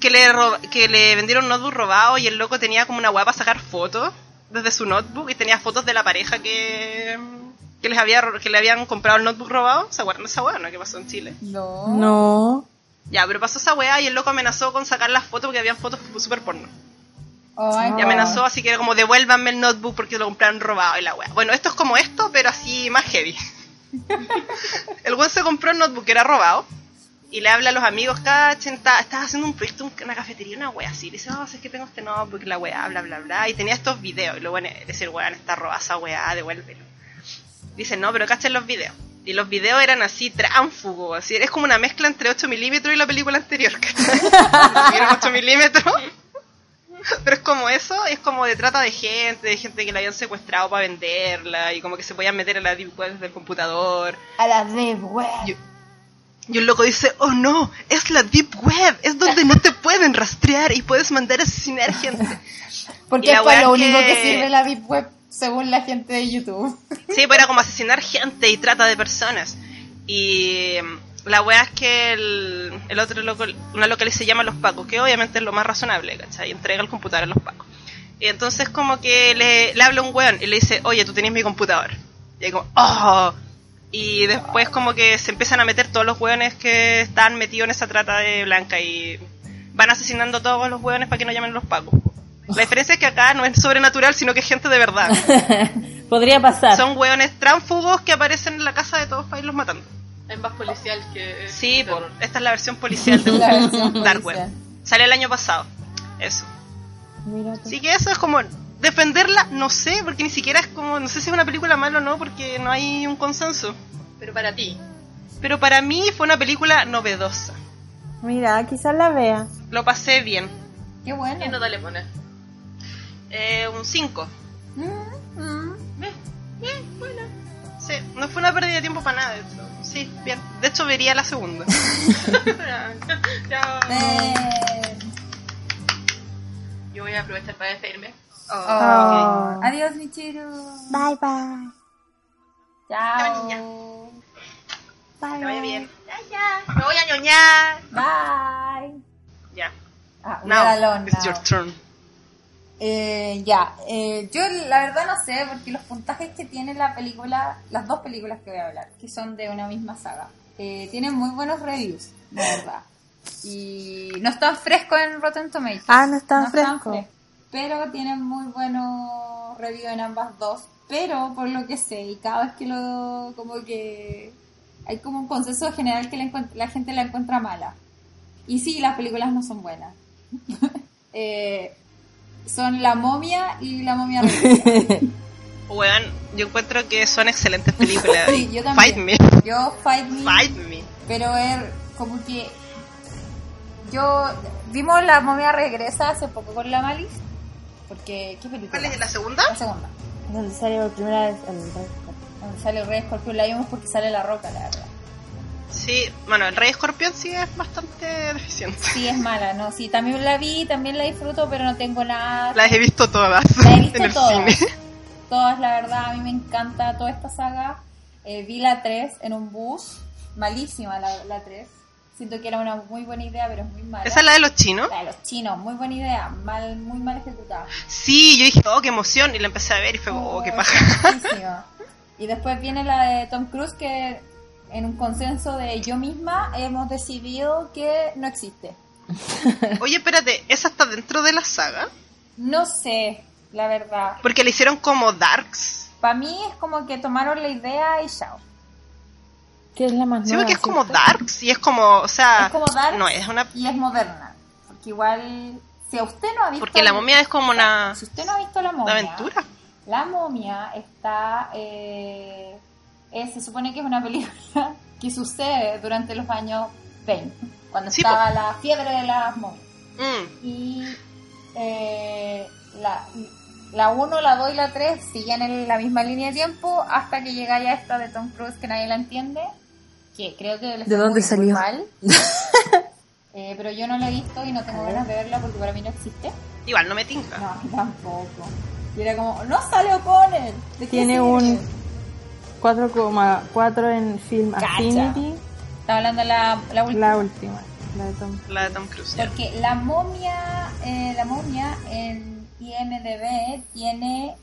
C: que, le, ro- que le vendieron un notebook robado y el loco tenía como una weá para sacar fotos desde su notebook y tenía fotos de la pareja que, que, les había, ro- que le habían comprado el notebook robado? ¿Se acuerdan de esa weá no? ¿Qué pasó en Chile?
E: No.
G: No.
C: Ya, pero pasó esa weá y el loco amenazó con sacar las fotos porque habían fotos super porno.
E: Oh, Ay,
C: Y amenazó, así que era como devuélvanme el notebook porque lo compraron robado y la weá. Bueno, esto es como esto, pero así más heavy. el weón se compró el notebook que era robado y le habla a los amigos, cachen, ta- estás haciendo un proyecto, en una cafetería, una weá así. Le dice, no, si es que tengo este notebook, la weá, bla, bla, bla. Y tenía estos videos. Y luego le dice, el weón, está robada esa weá, devuélvelo. Dice, no, pero cachen los videos. Y los videos eran así, tránfugos, así. Es como una mezcla entre 8 milímetros y la película anterior, ¿cachai? Eran 8 milímetros. Pero es como eso, es como de trata de gente, de gente que la habían secuestrado para venderla y como que se podían meter a la deep web del computador.
E: A la de web.
C: Y un loco dice, oh no, es la deep web, es donde no te pueden rastrear y puedes mandar a asesinar gente. Y
E: Porque
C: la
E: es para
C: weá
E: lo único
C: que-
E: que sirve la Deep Web, según la gente de YouTube. *laughs*
C: Sí, pero era como asesinar gente y trata de personas. Y mm, la wea es que el, el otro loco, una loca le se llama los pacos, que obviamente es lo más razonable, ¿cachai? Entrega el computador a los pacos. Y entonces como que le, le habla un weón y le dice, oye, tú tienes mi computador. Y ahí como, oh. Y después como que se empiezan a meter todos los weones que están metidos en esa trata de blanca y van asesinando a todos los weones para que no llamen los pacos. La diferencia es que acá no es sobrenatural, sino que es gente de verdad.
G: Podría
E: *laughs*
G: pasar.
C: Son hueones tránfugos que aparecen en la casa de todos para irlos matando.
F: Es más policial que.
C: Sí,
F: por.
C: esta es la versión policial de
E: *laughs* La versión
C: Dark Web.
E: policial.
C: Sale el año pasado. Eso.
G: Mira tú.
C: Así que eso es como defenderla, no sé, porque ni siquiera es como, no sé si es una película mala o no, porque no hay un consenso.
F: Pero para ti.
C: Pero para mí fue una película novedosa.
G: Mira, quizás la vea.
C: Lo pasé bien.
E: Qué
F: ¿Qué
E: bueno.
F: nota le pones?
C: Eh, un 5.
E: Mm, mm.
C: Sí, no fue una pérdida de tiempo para nada. de hecho. Sí, bien. De hecho, vería la segunda.
F: Chao.
E: Eh,
F: Yo voy a aprovechar para despedirme.
E: oh.
G: Ah,
E: Adiós, Michiru.
D: Bye bye.
E: Chao.
C: Que vaya bien.
F: Me voy a ñoñar.
E: Bye.
C: Ya.
E: Ah, we are
C: Now,
E: alone
C: it's
E: now.
C: your turn.
E: Eh, ya, eh, yo la verdad no sé, porque los puntajes que tiene la película, las dos películas que voy a hablar, que son de una misma saga, eh, tienen muy buenos reviews, la verdad. Y no están frescos en Rotten Tomatoes.
G: Ah, no están
E: No están
G: fresco.
E: frescos, Pero tienen muy buenos reviews en ambas dos. Pero por lo que sé, y cada vez que lo. como que. hay como un consenso general que la, encuent- la gente la encuentra mala. Y sí, las películas no son buenas. *laughs* Eh, son La momia y La
C: *laughs*
E: momia regresa.
C: Weón, yo encuentro que son excelentes
E: *laughs*
C: películas.
E: Sí, yo también.
C: Fight me,
E: Yo, Fight Me,
C: fight me.
E: pero es como que. Yo. Vimos La momia regresa hace poco con la Malis. Porque. ¿Qué película?
C: ¿Cuál es la segunda?
E: La segunda.
G: Donde sale por primera vez el resto.
E: Donde sale el rey escorpión, la vimos porque sale la roca, la verdad.
C: Sí, bueno, el Rey Escorpión sí es bastante deficiente.
E: Sí, es mala, ¿no? Sí, también la vi, también la disfruto, pero no tengo nada.
C: Las he visto todas
E: La he visto
C: en el
E: todas.
C: cine.
E: Todas, la verdad, a mí me encanta toda esta saga. Eh, vi la 3 en un bus, malísima la, la 3. Siento que era una muy buena idea, pero es muy mala.
C: ¿Esa es la de los chinos?
E: La de los chinos, muy buena idea, mal, muy mal ejecutada.
C: Sí, yo dije, oh, qué emoción, y la empecé a ver y fue, oh, qué
E: *laughs*
C: paja.
E: Buenísima. Y después viene la de Tom Cruise que en un consenso de yo misma hemos decidido que no existe.
C: Oye, espérate, ¿esa está dentro de la saga?
E: No sé, la verdad.
C: Porque la hicieron como Darks.
E: Para mí es como que tomaron la idea y chao.
G: Que es la más
C: Sí,
G: nueva,
C: porque es como
G: ¿cierto?
C: Darks y es como, o sea,
E: Es como Dark
C: no, es una...
E: y es moderna. Porque igual, si a usted no ha visto...
C: Porque la momia es como una,
E: Si usted no ha visto la
C: una
E: momia...
C: aventura.
E: La momia está... eh, eh, se supone que es una película *laughs* que sucede durante los años 20, cuando
C: Sí,
E: estaba la fiebre de las momias.
C: Mm,
E: Y eh, la... La 1, la 2 y la 3 siguen en la misma línea de tiempo hasta que llega ya esta de Tom Cruise que nadie la entiende. Que creo que le fue
G: dónde
E: muy
G: salió? *laughs*
E: mal. Eh, pero yo no la he visto y no tengo ganas de verla porque para mí no existe.
C: Igual, no me tinca.
E: No, *laughs* tampoco. Y era como, no sale O'Connell. ¿De qué
G: Tiene
E: sirve?
G: un 4,4 en Film
E: Cacha.
G: Affinity.
E: Estaba hablando la, la última.
G: La última, la de Tom.
C: La de Tom Cruise. ya.
E: Porque la momia, eh, la momia en IMDB tiene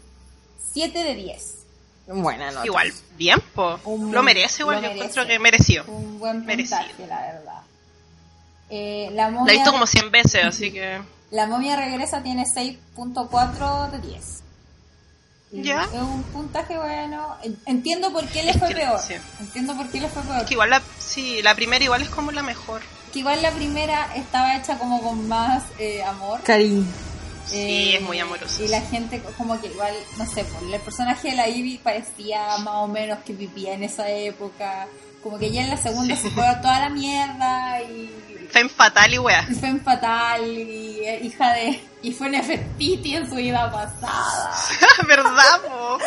E: 7 de 10.
G: Buena nota.
C: Igual, bien, po.
G: Un-
C: Lo merece, igual,
E: lo
C: yo
E: merece.
C: encuentro que mereció.
E: Un buen
C: Merecido.
E: puntaje, la verdad. Eh, la,
F: La he
E: momia,
F: visto como 100 veces, así que.
E: la momia regresa tiene 6.4 de 10. Y
F: Ya.
E: Es un puntaje bueno. En- Entiendo por qué le fue
F: que-
E: peor.
F: sí.
E: Entiendo por qué le fue peor.
F: Que
C: Igual la, sí, la primera igual es como la mejor.
E: Que igual la primera estaba hecha como con más eh, amor.
G: Cariño.
F: Sí,
E: Eh,
F: es muy amoroso.
E: Y la gente co- como que igual, no sé, pues, el personaje de la Ivy parecía más o menos que vivía en esa época. Como que ya en la segunda se fue a toda la mierda y
C: Está en fatal y weá.
E: y fue en fatal y eh, hija de... Y fue Nefertiti en su vida pasada.
C: *laughs* ¿Verdad, po?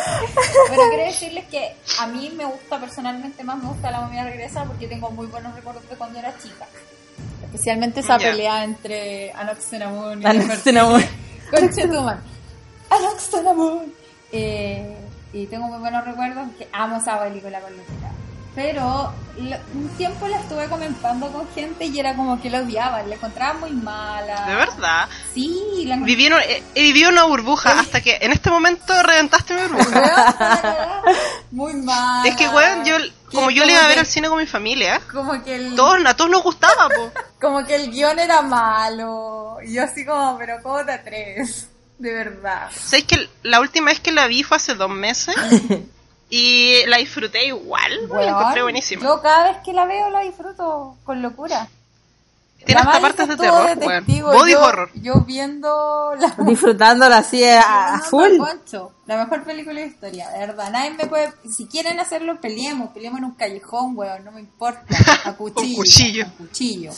E: Pero quiero decirles que a mí me gusta personalmente más, me gusta la momia regresa porque tengo muy buenos recuerdos de cuando era chica. Especialmente esa
C: Ya.
E: pelea entre Anaxenamón y
G: Ah, no,
E: Nefertiti.
G: se enamoró.
E: Conchetuman. Alex Tonabón. Eh, y tengo muy buenos recuerdos que amo esa película con locura. Pero lo- un tiempo la estuve comentando con gente y era como que la odiaba, la encontraba muy mala.
C: De verdad.
E: Sí, la encontraba
C: Viví en, eh, he vivido en una burbuja hasta que en este momento reventaste mi burbuja.
E: muy mala.
C: Es que, weón, yo,
E: Que
C: como yo
E: como
C: le iba a ver
E: que-
C: al cine con mi familia,
E: Como que el,
C: todos, a todos nos gustaba,
E: *laughs*
C: po.
E: como que el guión era malo. Y yo así como, pero ¿cómo te atreves? De verdad.
C: ¿Sabes que la última vez que la vi fue hace dos
E: *laughs*
C: meses? Y la disfruté igual, la
E: Weón,
C: encontré buenísima.
E: Yo cada vez que la veo la disfruto con locura.
C: Tiene
E: La
C: hasta
E: Mari
C: partes de
E: estuvo
C: terror,
E: de
C: weón.
E: testigo,
C: Body
E: yo,
C: horror.
E: Yo viendo la
G: Disfrutándola así eh, a, a
E: Fernando
G: full.
E: Concho, la mejor película de historia, de verdad. Nadie me puede. Si quieren hacerlo, peleemos. Peleemos en un callejón, weón. No
C: *laughs*
E: me importa. A cuchillo.
C: cuchillo.
E: a cuchillo.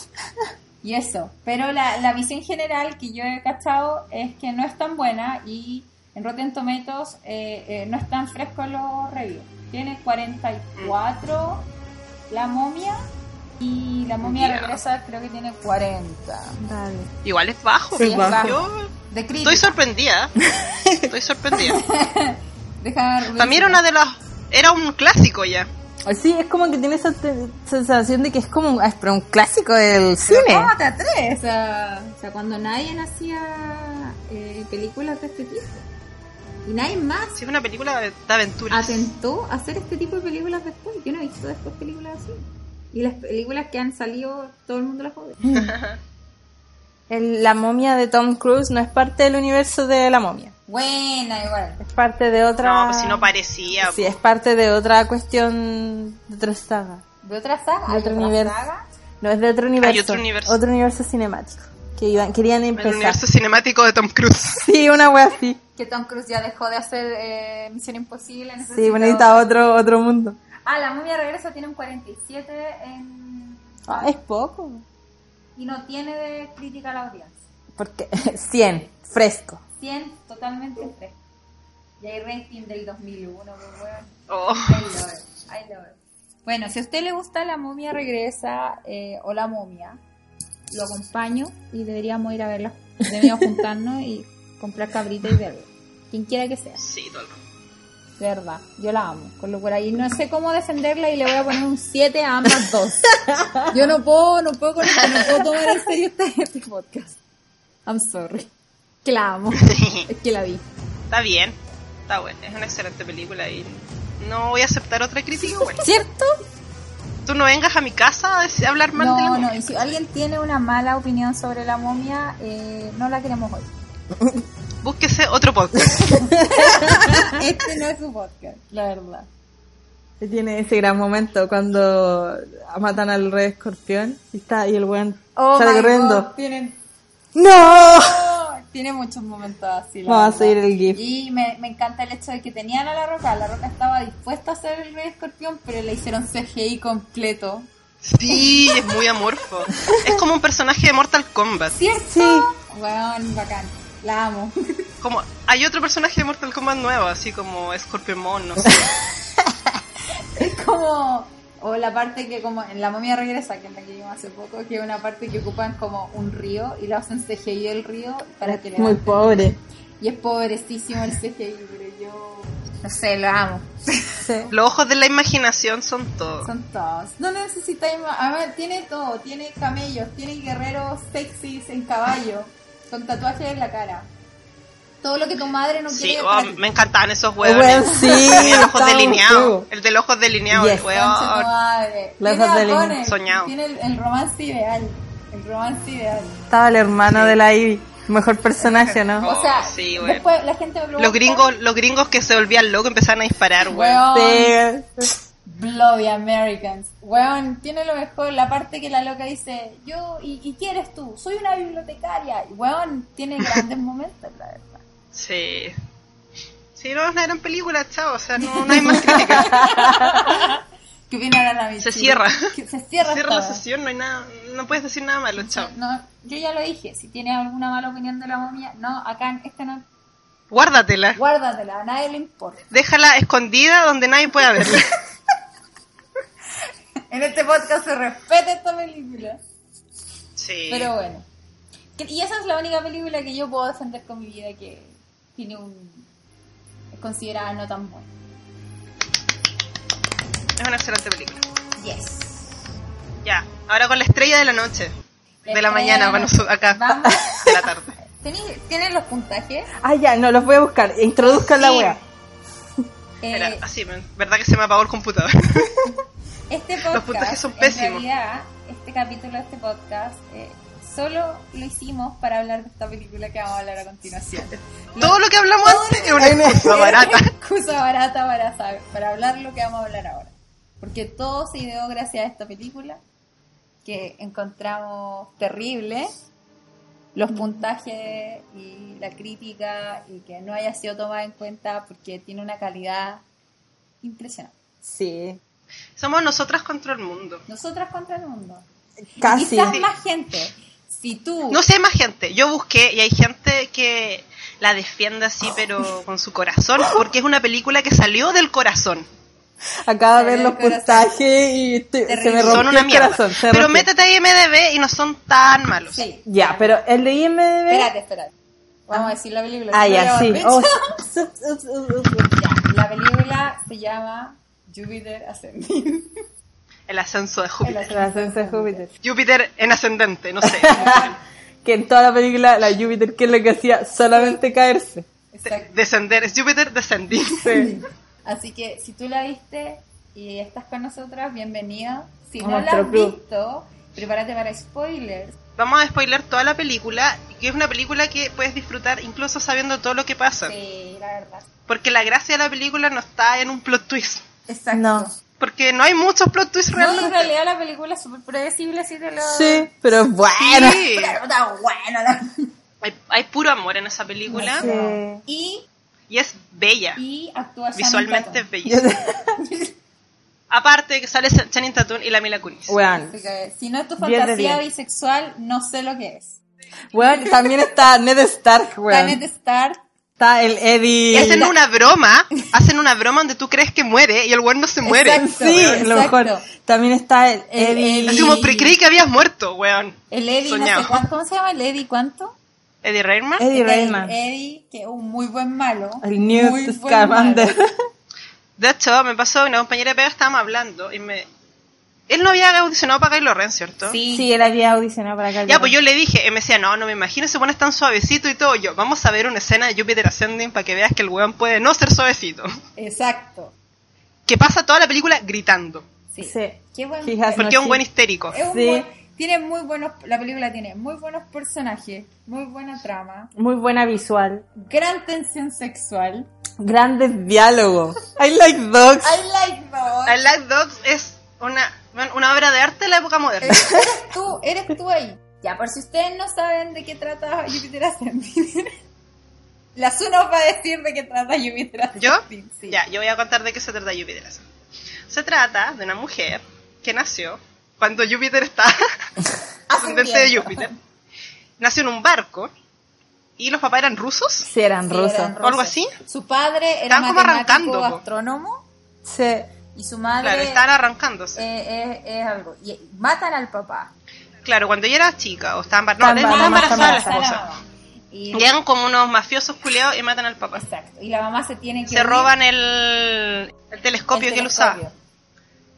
E: Y eso. Pero la, la visión general que yo he cachado es que no es tan buena y en Rotten Tomatoes eh, eh, no están frescos los reviews. Tiene 44 la momia y la momia
C: Ya.
E: regresa creo que tiene 40.
G: Dale.
C: Igual es bajo,
G: Sí,
C: po.
G: bajo.
C: Yo
E: De crítica.
C: estoy
G: *laughs*
C: sorprendida. Estoy sorprendida.
E: Deja ver-
C: Para mí era una de las. Era un clásico ya.
G: Sí, es como que tiene esa te- sensación de que es como un, es pero un clásico del cine.
A: Ah.
E: ¿Cómo te atreves? O sea, o sea, cuando nadie hacía eh, películas de este tipo. Y nadie más
C: Sí, es una película de, de
G: Ah,
C: aventuras.
E: atentó a hacer este tipo de películas después. Yo no he visto después películas así. Y las películas que han salido, todo el mundo las jode.
G: El- la momia de Tom Cruise no es parte del universo de la momia.
E: Buena, igual.
G: Es parte de otra.
C: No, pues si no parecía.
G: Sí, es parte de otra cuestión de otra saga.
E: De otra saga.
G: De otro
E: hay otra
G: universo.
E: saga.
G: No, es de otro universo.
C: otro universo.
G: Otro universo cinemático. Que iban, querían
C: El
G: empezar.
C: universo cinemático de Tom Cruise.
G: *laughs* Sí, una wea así.
E: Que Tom Cruise ya dejó de hacer eh, Misión Imposible.
G: Sí,
E: necesita
G: bonita otro, otro mundo.
E: Ah, la momia regresa tiene un 47 en...
G: Ah, es poco.
E: y no tiene de crítica a la audiencia.
G: Porque *laughs* 100, fresco.
E: 100 totalmente fresco. Y hay rating del 2001, pues, weón.
C: Oh.
E: I love it, I love it. Bueno, si a usted le gusta La Momia Regresa eh, o La Momia, lo acompaño y deberíamos ir a verla. *laughs* Deberíamos juntarnos y comprar cabrita y verla. Quien quiera que sea,
C: Sí, todo el rato.
E: de verdad. Yo la amo. Con lo cual ahí no sé cómo defenderla y le voy a poner un 7 a
G: *laughs*
E: ambas dos. Yo no puedo, no puedo con esto, no puedo tomar en serio este, este podcast. I'm sorry. Que la
G: *laughs*
E: amo. Es que la vi.
C: Está bien. Está bueno. Es una excelente película y. No voy a aceptar otra crítica. Bueno,
E: ¿Cierto?
C: tú no vengas a mi casa a dec- a hablar mal de la
E: No,
C: momia.
E: no, y si alguien tiene una mala opinión sobre la momia, eh, no la queremos hoy.
C: Búsquese otro podcast.
E: Este no es su podcast, la verdad.
G: Tiene ese gran momento cuando matan al rey escorpión y está y el buen sale
E: Oh my
G: corriendo.
E: God, tienen-
G: ¡No!
E: oh, tiene muchos momentos así. la
G: Vamos a
E: verdad.
G: subir el GIF.
E: Y me, me encanta el hecho de que tenían a la roca. La roca estaba dispuesta a ser el rey escorpión, pero le hicieron CGI completo.
C: Sí, es muy amorfo. Es como un personaje de Mortal Kombat.
E: ¿Cierto?
G: Sí.
E: Weón, bacán. La amo. *laughs*
C: Como hay otro personaje de Mortal Kombat nuevo, así como Scorpion Mon, no sé.
E: Es como o la parte que como en la momia regresa que es la que vimos hace poco que es una parte que ocupan como un río y lo hacen CGI el río para que
G: Muy
E: levanten.
G: pobre.
E: y es pobrecísimo el CGI pero yo no sé lo amo
C: Los ojos de la imaginación son todo.
E: son todos no necesitáis más a ver, tiene todo tiene camellos tiene guerreros sexys en caballo con tatuajes en la cara todo lo que tu madre no
C: Sí,
E: quiere
C: oh,
E: para ti.
C: me encantaban esos
G: Weón,
C: *laughs* huevones.
G: sí,
C: el ojos
G: estaba
C: delineado.
G: contigo.
C: El del ojos delineado, el
G: Yes.
E: Concha tu
C: hueón.
E: madre.
G: Los
E: Tiene
G: dos del
E: dragones,
C: Soñado.
E: Tiene el, el romance ideal. El romance ideal.
G: Estaba el hermano de la Ivy. Mejor personaje, ¿no?
E: O sea,
C: Oh, sí, bueno.
E: después la gente me pregunta...
C: Los gringos, los gringos que se volvían locos empezaron a disparar, weón.
E: Weón,
G: Oh, Sí.
E: Bloody Americans. Weón, tiene lo mejor la parte que la loca dice, yo, ¿y, y quién eres tú? Soy una bibliotecaria. Y, Weón, tiene grandes *laughs* momentos, la verdad.
C: Sí. Sí, no, es una gran película, chao. O sea, no, no hay más *laughs* crítica.
E: ¿Qué opina la Navi?
C: Se cierra.
E: Que *laughs* Se cierra,
C: Cierra la
E: todo.
C: sesión, no hay nada, no puedes decir nada malo, chao.
E: No, yo ya lo dije, si tienes alguna mala opinión de la momia, no, acá en este no,
C: Guárdatela.
E: guárdatela, a nadie le importa. *laughs*
C: Déjala escondida donde nadie pueda *laughs* verla.
E: En este podcast se respeta esta película.
C: Sí.
E: Pero bueno. Que- Y esa es la única película que yo puedo defender con mi vida que tiene un... es considerada no tan buena.
C: Es una excelente película.
E: Yes.
C: Ya, ahora con la estrella de la noche. De la
E: Estrella
C: mañana,
E: de la
C: para
E: noche.
C: nosotros acá. *laughs*
E: Vamos.
C: De la tarde.
E: ¿Tení- ¿Tienen los puntajes?
G: Ah, ya, no, los voy a buscar. Introduzcan la
C: Sí.
G: wea.
C: Espera,
E: Eh,
C: así, man. verdad que se me apagó el computador.
E: este podcast,
C: puntajes son
E: en
C: pésimos.
E: realidad, este capítulo de este podcast, eh, solo lo hicimos para hablar de esta película que vamos a hablar a continuación.
C: *laughs* Todo lo que hablamos antes es una excusa
E: *laughs*
C: barata.
E: excusa barata para, saber- para hablar lo que vamos a hablar ahora. Porque todo se ideó gracias a esta película que encontramos terrible. Los puntajes y la crítica y que no haya sido tomada en cuenta porque tiene una calidad impresionante.
G: Sí.
C: Somos nosotras contra el mundo.
E: Nosotras contra el mundo. Y
G: Casi.
E: quizás más gente. Si tú...
C: No sé, hay más gente. Yo busqué y hay gente que la defiende así, pero con su corazón, porque es una película que salió del corazón.
G: Acaba de ver
E: Ay,
G: los
E: corazón.
G: puntajes y te- se me
E: Terrible.
G: rompió
C: Son una
G: el
C: mierda.
G: corazón. se
C: pero
G: rompió.
C: métete a IMDB y no son tan malos.
E: Sí.
G: Ya, pero el de IMDb...
E: Espérate, espérate. Vamos a decir la película.
G: Ah,
E: Si no,
G: ya, sí.
E: habíamos
G: Oh,
C: *laughs*
E: dicho.
G: ups, ups, ups, ups, ups.
E: Ya, la película se llama Júpiter Ascendido.
C: El ascenso de Júpiter.
G: El ascenso de Júpiter.
C: Júpiter en ascendente,
G: *laughs*
C: no sé.
G: Que en toda la película, la Júpiter, que es lo que hacía? Solamente caerse.
E: Exacto.
C: Descender, es Júpiter descendí.
G: Sí.
E: Así que si tú la viste y estás con nosotras, bienvenida. Si
G: A
E: no la
G: nuestro
E: has
G: club.
E: visto, prepárate para spoilers.
C: Vamos a spoiler toda la película, que es una película que puedes disfrutar incluso sabiendo todo lo que pasa.
E: Sí, la verdad.
C: Porque la gracia de la película no está en un plot twist.
E: Exacto.
G: No.
C: Porque no hay muchos plot twists realmente.
E: en realidad la película es súper predecible, así te lo...
G: Sí, pero es bueno.
C: Sí.
E: Pero tan buena la-
C: Hay, hay puro amor en esa película
G: Sí.
E: Y,
C: y es bella.
E: y actúa Channing
C: Visualmente es
E: Tatum.
G: Yo
C: bella.
G: te-
C: Aparte que sale Channing Tatum y la Mila
G: *laughs*
C: Kunis.
G: Weón.
E: Así que, si no es tu
G: 10 de
E: fantasía
G: 10.
E: bisexual, no sé lo que es.
G: Weón, también está Ned Stark,
E: Planet
G: weón.
E: Star,
G: Está el
C: Y
G: Eddie.
C: hacen una broma, hacen una broma donde tú crees que muere y el weón no se muere.
E: Exacto.
G: Sí, lo
E: Exacto.
G: mejor. También está el
E: El
G: Eddie.
C: Así como, pero creí que habías muerto, weón.
E: el Eddie, no
C: Soñado.
E: sé cuánto, ¿cómo se llama el Eddie? ¿Cuánto?
C: Eddie Redmayne.
G: Eddie
E: El
G: Redman.
E: Eddie, que es un muy buen malo.
G: El Newt
E: Muy buen
G: Scamander.
E: malo.
C: De hecho, me pasó una compañera de pega, estábamos hablando y me... Él no había audicionado para Kylo Ren, ¿cierto?
G: *laughs*
E: Sí.
G: Sí, él había audicionado para acá.
C: Ya, pues yo le dije, él me decía, no, no me imagino, se pone tan suavecito y todo. Yo, vamos a ver una escena de Jupiter Ascending para que veas que el weón puede no ser suavecito. *laughs*
E: Exacto.
C: Que pasa toda la película gritando.
E: Sí.
G: Sí.
E: Qué buen
G: He has
E: es
C: Porque es un buen histérico.
E: un
G: Sí.
E: buen- tiene muy buenos, la película tiene muy buenos personajes, muy buena trama,
G: Muy buena visual.
E: gran tensión sexual.
G: Grandes diálogos. I like dogs.
E: I like dogs.
C: I Like Dogs es una, bueno, una obra de arte de la época moderna.
E: Eres tú, eres tú ahí. Ya, por si ustedes no saben de qué trata Júpiter Ascending, *laughs* la Su nos va a decir de qué trata Júpiter
C: ¿Yo?
E: Ascending. Sí.
C: Ya, yo voy a contar de qué se trata Júpiter Ascending. Se trata de una mujer que nació cuando Júpiter está ascendente de
E: Ascendiendo.
C: Júpiter. Nació en un barco y los papás eran rusos.
G: Sí, eran
E: Sí,
G: rusos.
E: eran
C: ¿O algo
E: rusos.
C: así?
E: Su padre era
C: Estaban como
E: matemático,
C: arrancando, po.
E: astrónomo
G: Sí.
E: y su madre
C: Claro, estaban arrancándose.
E: eh, es, es algo. Y matan al papá.
C: Claro, cuando ella era chica, o estaba embar-
G: Estaba
C: no, estaba
G: embarazada,
C: embarazada la
E: Matan a la
C: esposa.
E: mamá. Y,
C: Llegan como unos mafiosos culeados y matan al papá.
E: exacto. Y la mamá se tiene que
C: Se
E: huir
C: roban el, el
E: del
C: telescopio que él
E: telescopio.
C: usaba.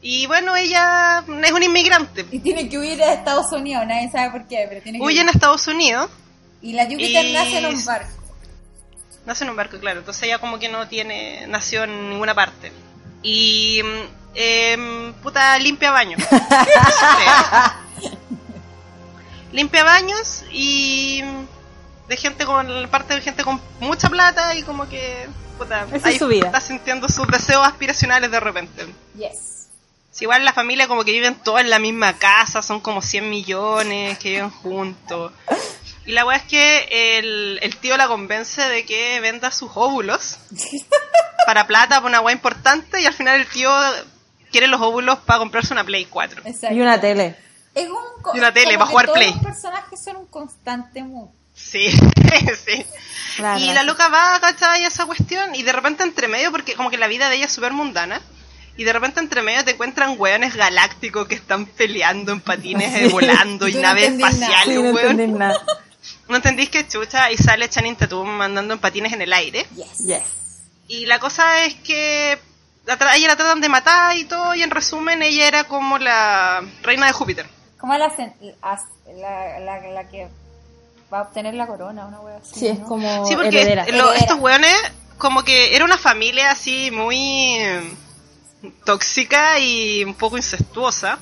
C: Y bueno, ella es una inmigrante.
E: Y tiene que huir a Estados Unidos, nadie sabe por qué, pero tiene que
C: Huyen a
E: huir.
C: Estados Unidos,
E: Y la Júpiter
C: y-
E: nace en un barco.
C: nace en un barco, claro. Entonces ella como que no tiene, nació en ninguna parte. Y mm,
G: *laughs*
C: em, puta limpia baño. limpia baños y de gente con parte de gente con mucha plata y como que puta,
G: Esa es su vida.
C: está sintiendo sus deseos aspiracionales de repente.
E: Yes.
C: Si igual la familia como que viven todos en la misma casa, son como 100 millones que viven juntos. Y la weá es que el, el tío la convence de que venda sus óvulos para plata, para una weá importante, y al final el tío quiere los óvulos para comprarse una Play 4.
E: Exacto.
G: Y una tele.
E: Es un co-
C: y una tele
E: como
C: pa'
E: que
C: jugar
E: todos
C: Play.
E: Los personajes son un constante mood.
C: Sí, *laughs* sí.
G: Claro.
C: Y la loca va, ¿cachai? A esa cuestión. Y de repente entre medio, porque como que la vida de ella es súper mundana. Y de repente entre medio te encuentran weones galácticos que están peleando en patines,
E: *laughs*
C: eh, volando y
E: Yo no
C: naves
E: entendí nada.
G: Sí,
C: espaciales,
G: no
C: weón.
G: entendí nada.
C: No entendís que chucha y sale Channing Tatum mandando en patines en el aire.
E: Yes.
G: Yes.
C: Y la cosa es que la tra- ella la tratan de matar y todo. Y en resumen, ella era como la reina de Júpiter.
E: Como la, sen- as- la, la, la que va a obtener la corona, una wea así.
G: Sí, es
E: ¿no?
G: como
C: Sí, porque
G: heredera.
C: lo-
E: Heredera.
C: estos hueones, como que era una familia así muy eh, tóxica y un poco incestuosa,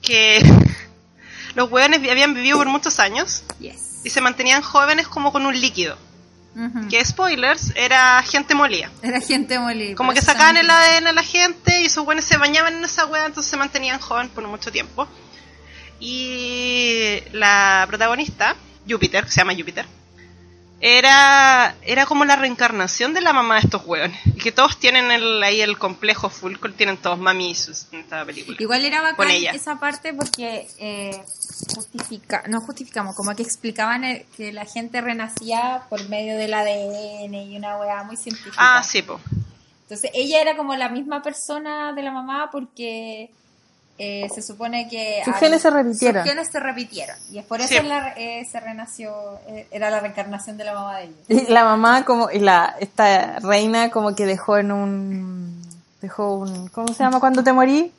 C: que *laughs* los hueones vi- habían vivido por muchos años
E: Yes.
C: y se mantenían jóvenes como con un líquido,
E: Ujú.
C: que spoilers, era gente molida.
E: Era gente molida.
C: Como que sacaban el ADN a la gente y esos hueones se bañaban en esa hueá, entonces se mantenían jóvenes por mucho tiempo. Y la protagonista, Júpiter, que se llama Júpiter, era, era como la reencarnación de la mamá de estos hueones. Y que todos tienen el, ahí el complejo full, tienen todos mami y sus en esta película.
E: Igual era
C: Con
E: bacán
C: ella.
E: esa parte porque eh, justifica, no justificamos, como que explicaban eh, que la gente renacía por medio del ADN y una weá muy científica.
C: Ah, sí, po.
E: Entonces ella era como la misma persona de la mamá porque eh, se supone que...
G: Sus
E: al-
G: genes se repitieron.
E: Sus genes se repitieron. Y es por eso
C: Sí.
E: la- eh, se renació, eh, era la reencarnación de la mamá de ella.
G: Y la mamá como y la esta reina como que dejó en un dejó un ¿cómo se llama cuando te morí?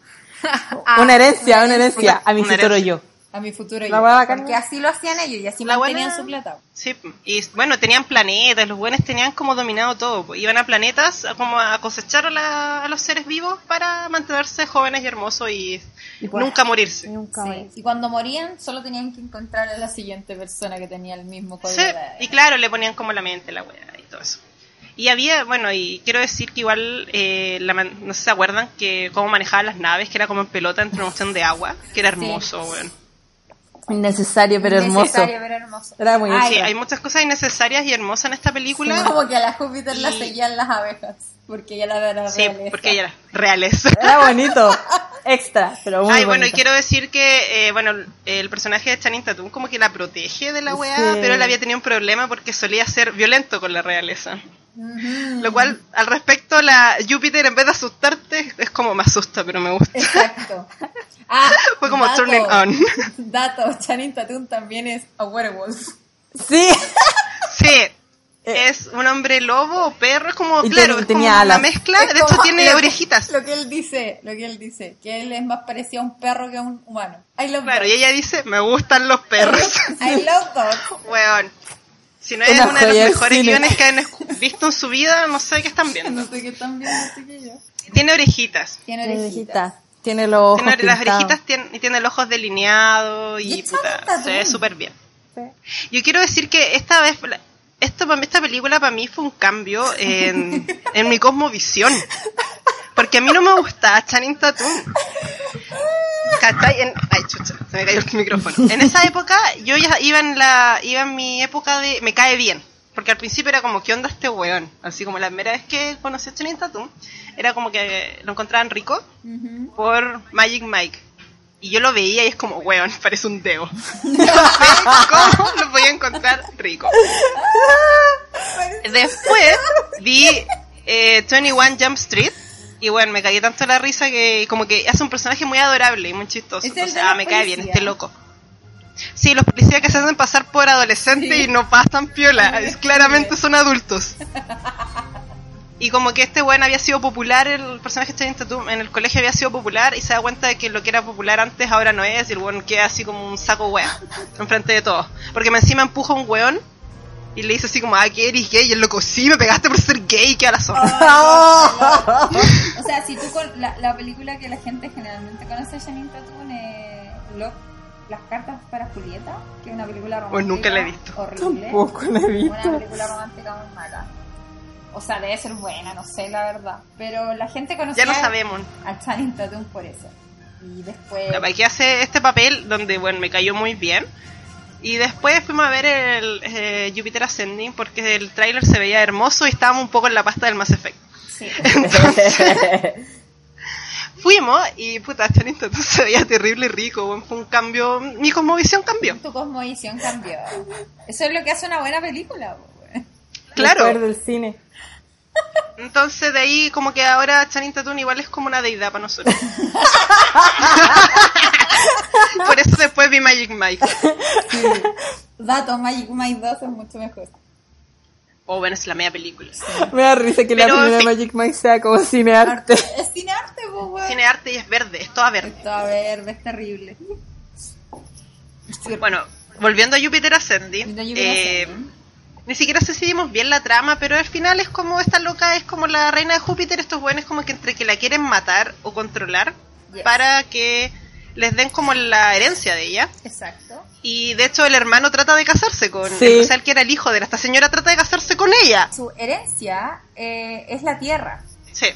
G: una herencia, una herencia a mi
C: una
G: futuro
C: herencia.
G: yo.
E: A mi futuro
G: La
E: yo.
G: weá bacán.
E: Porque así lo hacían ellos y así
C: La
E: mantenían
C: buena-
E: su plata.
C: Sí, po. y bueno, tenían planetas, los buenos tenían como dominado todo. po. Iban a planetas a, como a cosechar a, la- a los seres vivos para mantenerse jóvenes y hermosos y, nunca morirse.
G: Nunca
E: Sí. Y cuando morían, solo tenían que encontrar a la siguiente persona que tenía el mismo código
C: Sí,
E: de ADN.
C: y claro, le ponían como la mente la weá y todo eso. Y había, bueno, y quiero decir que igual, eh, la man- no sé si se acuerdan que cómo manejaban las naves, que era como en pelota en promoción de agua, que era hermoso, weón.
G: Innecesario pero hermoso.
E: Necesario, pero hermoso.
G: Era muy
E: Ay,
C: Sí, hay muchas cosas innecesarias y hermosas en esta película.
E: Como que a la Júpiter la
C: Y-
E: seguían las abejas. Porque ella la verdad
C: Sí, porque ya era reales.
G: Era bonito, extra, pero muy
C: Ay, bueno, y
G: bonito.
C: quiero decir que, eh, bueno, el personaje de Channing Tatum como que la protege de la weá,
G: Sí.
C: pero él había tenido un problema porque solía ser violento con la realeza. Lo cual, al respecto, la Júpiter, en vez de asustarte, es como me asusta, pero me gusta. *laughs*
E: Exacto. Ah,
C: Fue como turning on.
E: *laughs* Dato, Channing Tatum también es a werewolf.
G: Sí.
C: Sí. Es un hombre lobo o perro, es como,
G: eh, Y
C: claro,
G: ten-
C: es
G: tenía
C: como
G: alas.
C: una mezcla.
E: Es
C: de hecho,
E: como
C: tiene
E: lo-
C: orejitas.
E: Lo que él dice, lo que él dice, que él es más parecido a un perro que a un humano. I love
C: Claro, y
E: dogs.
C: ella dice, me gustan los
G: *laughs*
C: perros.
E: I love dogs.
C: Weón. Si no es
G: Una
C: uno de los
G: joya del
C: mejores
G: cine.
C: guiones que han escu- visto en su vida, no sé qué están
E: No
C: viendo.
E: sé qué están viendo, chiquillos.
C: Tiene orejitas.
E: Tiene
G: Tiene
E: orejitas.
G: orejita, Tiene los ojos
C: Tiene, las
G: pintados.
C: orejitas tiene, y tiene el ojos delineado
E: Y
C: y
E: está
C: puta,
E: Tatum.
C: se ve súper bien. Yo quiero decir que esta vez, la- esto, pa- esta película para mí fue un cambio en, en mi cosmovisión. Porque a mí no me gustaba Channing Tatum. ¿Cachai? En- ay, chucha, se me cayó el micrófono. En esa época, yo ya iba en, la, iba en mi época de. Me cae bien. Porque al principio era como, ¿qué onda este weón? Así como la primera vez que conocí a Channing Tatum, era como que lo encontraban rico
E: Ujú.
C: por Magic Mike. Y yo lo veía y es como, weón, *laughs* parece un dedo.
E: *laughs*
C: No sé cómo lo podía encontrar rico. Después vi eh, 21 Jump Street. Y bueno, me caí tanto la risa que como que hace un personaje muy adorable y muy chistoso.
E: Es el de
C: Entonces,
E: los
C: ah, me cae bien
E: policías.
C: este loco. Sí, los policías que se hacen pasar por adolescentes y no pasan piola. es- claramente son adultos. Y como que este weón había sido popular, el personaje de Channing Tatum en el colegio había sido popular y se da cuenta de que lo que era popular antes ahora no es y el weón queda así como un saco weón *laughs* enfrente de todos. Porque me encima empuja a un weón y le dice así como, ah, que eres gay y el loco, sí, me pegaste por ser gay y queda la zona.
E: O sea, si tú con la, la película que la gente generalmente conoce de Channing Tatum es Love, eh, Las cartas para Julieta, que es una película romántica.
C: Pues nunca la he visto.
E: Horrible.
G: Tampoco la he visto.
E: Una película romántica muy mala. O sea, debe ser buena, no sé, la verdad. Pero la gente conocía
C: Ya lo sabemos.
E: a Channing Tatum por eso. Y después...
C: La Maquia hace este papel donde, bueno, me cayó muy bien. Y después fuimos a ver el eh, Jupiter Ascending porque el tráiler se veía hermoso y estábamos un poco en la pasta del Mass Effect. *laughs*
E: Sí.
G: *laughs*
C: Fuimos y puta, Channing Tatum *laughs* se veía terrible rico, bueno, fue un cambio, mi cosmovisión cambió.
E: Tu cosmovisión cambió. Eso es lo que hace una buena película. po, weón.
G: Poder
C: Claro.
G: del cine.
C: Entonces de ahí como que ahora Channing Tatum igual es como una deidad para nosotros. Por eso después vi Magic Mike.
E: Dato, Magic Mike 2 es mucho mejor.
C: Oh, bueno, es la media película.
G: Me da risa que la
C: Pero,
G: primera
C: en fin.
G: Magic Mike sea como cinearte.
E: Es cine arte, po, weón.
C: Tiene arte y es verde, es toda verde.
E: Esto, a ver, es terrible.
C: Bueno, volviendo a Jupiter Ascending,
E: Volviendo a Jupiter
C: eh,
E: Ascending.
C: ni siquiera decidimos bien la trama, pero al final es como esta loca es como la reina de Júpiter, estos buenos como que entre que la quieren matar o controlar
E: Yes.
C: para que les den como la herencia de ella.
E: Exacto.
C: Y de hecho el hermano trata de casarse con,
G: Sí.
C: o sea, el que era el hijo de la- esta señora trata de casarse con ella.
E: Su herencia eh, es la tierra.
C: Sí.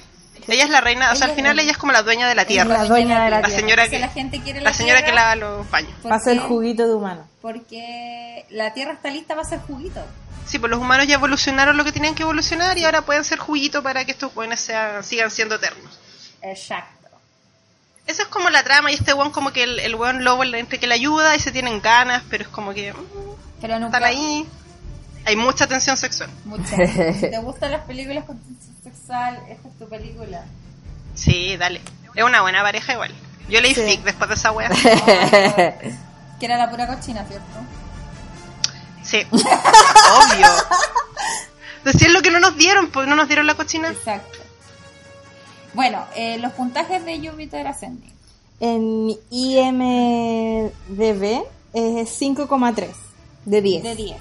C: Ella es la reina, o sea, al
E: Ella-
C: final ella es como la dueña de la tierra.
G: La dueña de la
C: La
G: tierra.
C: señora
E: Entonces,
C: que-
E: la gente quiere la,
C: La señora que lava
E: tierra
C: los baños.
E: porque-
G: Pasa el juguito de humano.
E: Porque la tierra está lista para hacer juguito.
C: Sí, pues los humanos ya evolucionaron lo que tenían que evolucionar y ahora pueden ser juguito para que estos buenos sean, sigan siendo eternos.
E: Exacto.
C: Eso es como la trama y este weón como que el, el weón lobo el- entre que le ayuda y se tienen ganas, pero es como que mm,
E: Pero nunca.
C: están ahí. Hay mucha tensión sexual.
E: Mucho. Si te gustan las películas con tensión sexual, esta es tu película.
C: Sí, dale. Es una buena pareja igual. Yo leí fic después de esa wea.
E: Que era la pura cochina, ¿cierto?
C: Sí. Obvio. Decir lo que no nos dieron, pues no nos dieron la cocina.
E: Exacto. Bueno, eh, los puntajes de Jupiter Ascending.
G: En IMDB es 5,3 de 10.
E: De 10.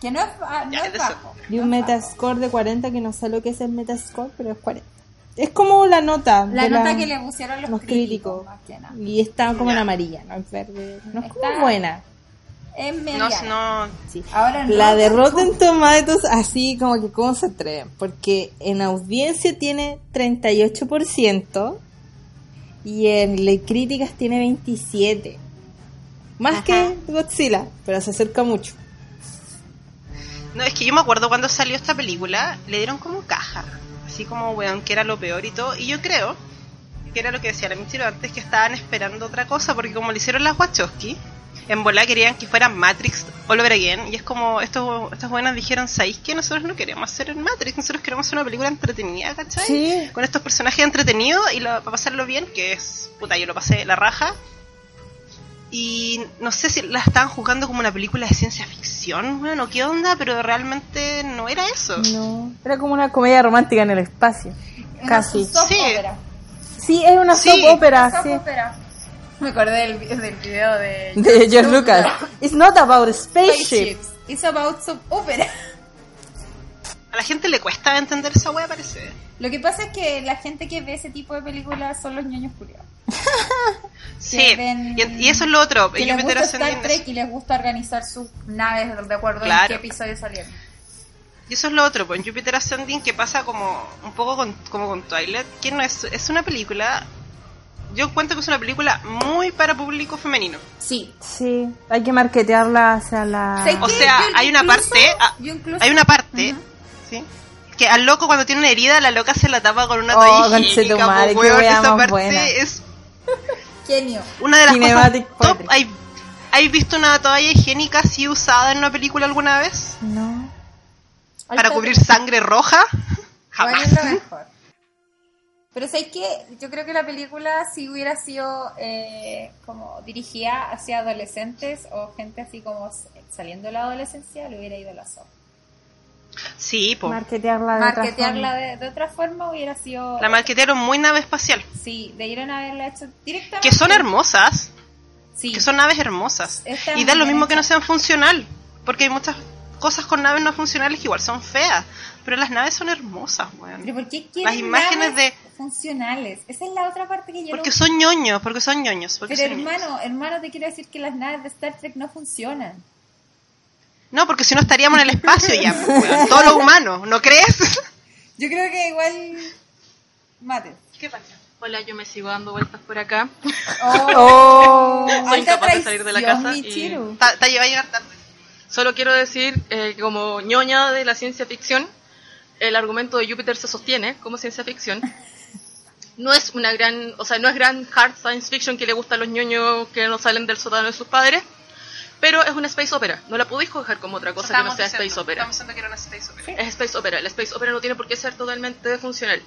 E: Que no es, ba- no
C: Ya,
E: es
C: de eso.
E: bajo.
G: Y
E: no
G: un
E: es bajo.
G: metascore de 40 que no sé lo que es el metascore, pero es 40. Es como la nota.
E: La
G: de
E: nota
G: la-
E: que le pusieron los,
G: los críticos.
E: críticos, más que nada.
G: Y está como en
C: Ya.
G: amarilla, no es verde. No es
E: Está-
G: como buena.
E: Es
C: No,
E: media.
C: no.
E: Ahora en
G: La de
E: Rotten-
G: Rotten Tomatoes, así como que cómo se atreven. Porque en audiencia tiene 38% y en le- críticas tiene 27%. Más que Godzilla, pero se acerca mucho.
C: No, es que yo me acuerdo cuando salió esta película, le dieron como caja. Así como, weón, que era lo peor y todo. Y yo creo que era lo que decía la Michiro antes, que estaban esperando otra cosa, porque como le hicieron las Wachowski, en bola querían que fuera Matrix all over again. Y es como, estos, estas buenas dijeron, ¿sabéis que nosotros no queremos hacer el Matrix? Nosotros queremos hacer una película entretenida, ¿cachai?
G: Sí.
C: Con estos personajes entretenidos y la- para pasarlo bien, que es, puta, yo lo pasé la raja. Y no sé si la estaban jugando como una película de ciencia ficción, bueno, qué onda, pero realmente no era eso.
E: Mm.
G: No. Era como una comedia romántica en el espacio.
E: una
G: Casi.
E: soap
C: Sí.
E: opera.
G: Sí, es una
C: Sí.
G: soap opera,
E: Soap
G: sí.
E: opera. Me acordé del, vi- del video de
G: *laughs* De George Lucas. It's not about a spaceship.
E: Spaceships. It's about soap opera. *laughs*
C: A la gente le cuesta entender esa wea, parece.
E: Lo que pasa es que la gente que ve ese tipo de películas son los ñoños curiosos.
C: Sí,
E: ven-
C: y, en- y eso es lo otro.
E: Que
C: yo
E: les
C: me
E: gusta
C: entero
E: Star
C: ascendiendo-
E: Trek y les gusta organizar sus naves de acuerdo a en
C: Claro.
E: qué episodio salieron.
C: Y eso es lo otro, pues en Jupiter Ascending que pasa como un poco con, como con Twilight, que no es, es una película, yo encuentro que es una película muy para público femenino.
E: Sí.
G: Sí, hay que marketearla hacia la...
C: O sea, hay una parte- ah, Hay una parte, ¿sí? Que al loco cuando tiene una herida, la loca se la tapa con una
G: Oh,
C: toalla
G: conchetumare,
C: higiénica,
G: qué
C: po, weón.
G: wea
C: Esa
G: más
C: parte
G: buena.
C: es
E: Genio.
C: una de las
G: Cinematic
C: cosas
G: poetry.
C: top. ¿Hay, hay visto una toalla higiénica así usada en una película alguna vez?
G: No.
C: ¿Para cubrir
G: *laughs*
C: sangre roja? Jamás.
E: es
F: *laughs*
E: lo mejor. Pero sé que yo creo que la película si hubiera sido eh, como dirigida hacia adolescentes o gente así como s- saliendo de la adolescencia, le hubiera ido la sopa.
C: Sí, po.
G: Marketearla de
E: Marketearla de, de otra forma hubiera sido...
C: La marquetearon muy nave espacial.
E: Sí, debieron haberla hecho directamente.
C: Que son hermosas.
E: Sí.
C: Que son naves hermosas.
E: Está
C: Y da
E: muy
C: lo
E: bien
C: mismo que
E: hecha.
C: no sean funcional. Porque hay muchas cosas con naves no funcionales que igual son feas, pero las naves son hermosas, weón.
E: Pero ¿por qué quieren
C: Las imágenes
E: naves
C: de-
E: funcionales? Esa es la otra parte que yo
C: Porque
E: no...
C: son ñoños, porque son ñoños. Porque
E: Pero
C: son ñoños.
E: hermano, hermano, te quiero decir que las naves de Star Trek no funcionan.
C: No, porque si no estaríamos en el espacio ya, pues, weón. todos los humanos, ¿no crees? *laughs*
E: Yo creo que igual... Mate.
F: ¿Qué pasa? Hola, yo me sigo dando vueltas por acá.
E: Oh,
F: Soy
E: alta
F: incapaz de salir de la
E: traición,
F: casa y-
E: Michiru.
C: Ta- ta- va a llegar tarde.
F: Solo quiero decir, eh, como ñoña de la ciencia ficción, el argumento de Júpiter se sostiene como
C: *laughs*
F: ciencia ficción. No es una gran, o sea, no es gran hard science fiction que le gusta a los ñoños que no salen del sótano de sus padres, pero es una space opera. No la podéis coger como otra cosa que no
C: Estábamos
F: sea
C: diciendo-
F: space opera.
C: estábamos diciendo que era una space opera.
F: Es space opera. La space opera no tiene por qué ser totalmente funcional.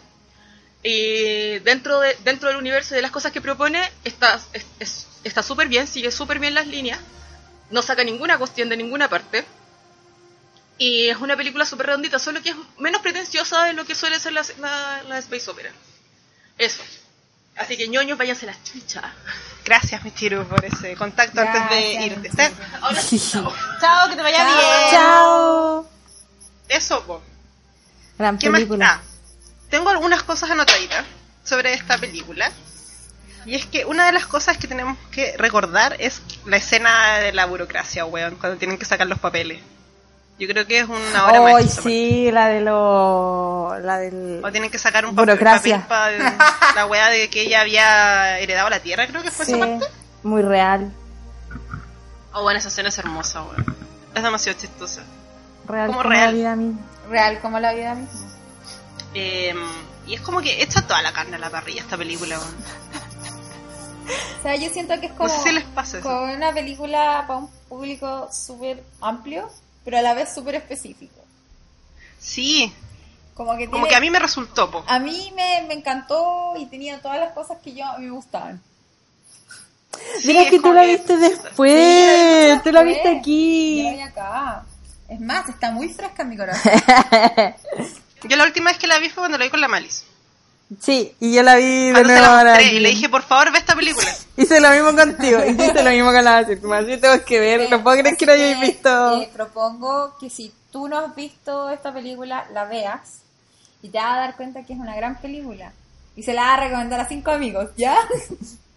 F: Y dentro, de, dentro del universo y de las cosas que propone, está es- es- está súper bien, sigue súper bien las líneas. No saca ninguna cuestión de ninguna parte. Y es una película súper redondita, solo que es menos pretenciosa de lo que suele ser la, la- la space opera. Eso. Así que ñoños, váyanse las chichas.
C: Gracias, Michiru, por ese contacto antes de
E: Gracias,
C: irte.
E: Michiru.
C: Está-
F: Ahora sí,
G: *laughs*
F: chao.
C: Chao, que te vaya bien.
G: Chao.
C: Eso, po.
G: Gran
C: ¿Qué más? Ah,
G: película.
C: tengo algunas cosas anotaditas sobre esta película. Y es que una de las cosas que tenemos que recordar es la escena de la burocracia, weón, cuando tienen que sacar los papeles. Yo creo que es una hora
G: Ay,
C: maestra,
G: sí, la de lo... La del...
C: O tienen que sacar un papel,
G: Burocracia.
C: papel para la weá de que ella había heredado la tierra, creo que fue
G: Sí,
C: esa parte.
G: muy real.
C: Oh, bueno, esa escena es hermosa, weón. Es demasiado chistosa.
G: Real
C: Como
G: como la
C: real.
G: vida misma.
E: Real como la vida misma.
C: Eh, y es como que echa toda la carne a la parrilla esta película, weón.
E: O sea, yo siento que es
C: No
E: como...
C: sé si les pasa eso.
E: con una película para un público súper amplio, pero a la vez súper específico.
C: Sí,
E: Como que,
C: como
E: tiene-
C: que a mí me resultó, po.
E: a mí me, me encantó y tenía todas las cosas que yo a mí me gustaban.
G: Mira
C: es
G: que tú
C: como
G: la
C: que-
G: viste después. tú la viste
E: Pues,
G: aquí.
E: yo la vi acá. Es más, está muy fresca en mi corazón.
C: Yo la última vez que la vi fue cuando la vi con la Malis.
G: Sí, y yo la vi de
C: Cuando se
G: nuevo
C: la
G: ahora.
C: mostré y
G: aquí.
C: le dije, por favor, ve esta película.
G: Hice lo mismo
E: *laughs*
G: contigo. y Hice lo mismo con la Así tengo que ver. No puedo creer que no
E: Eh, Así
G: hayáis visto.
E: eh, propongo que si tú no has visto esta película, la veas y te vas a dar cuenta que es una gran película. Y se la vas a recomendar a cinco amigos, ¿ya? *laughs*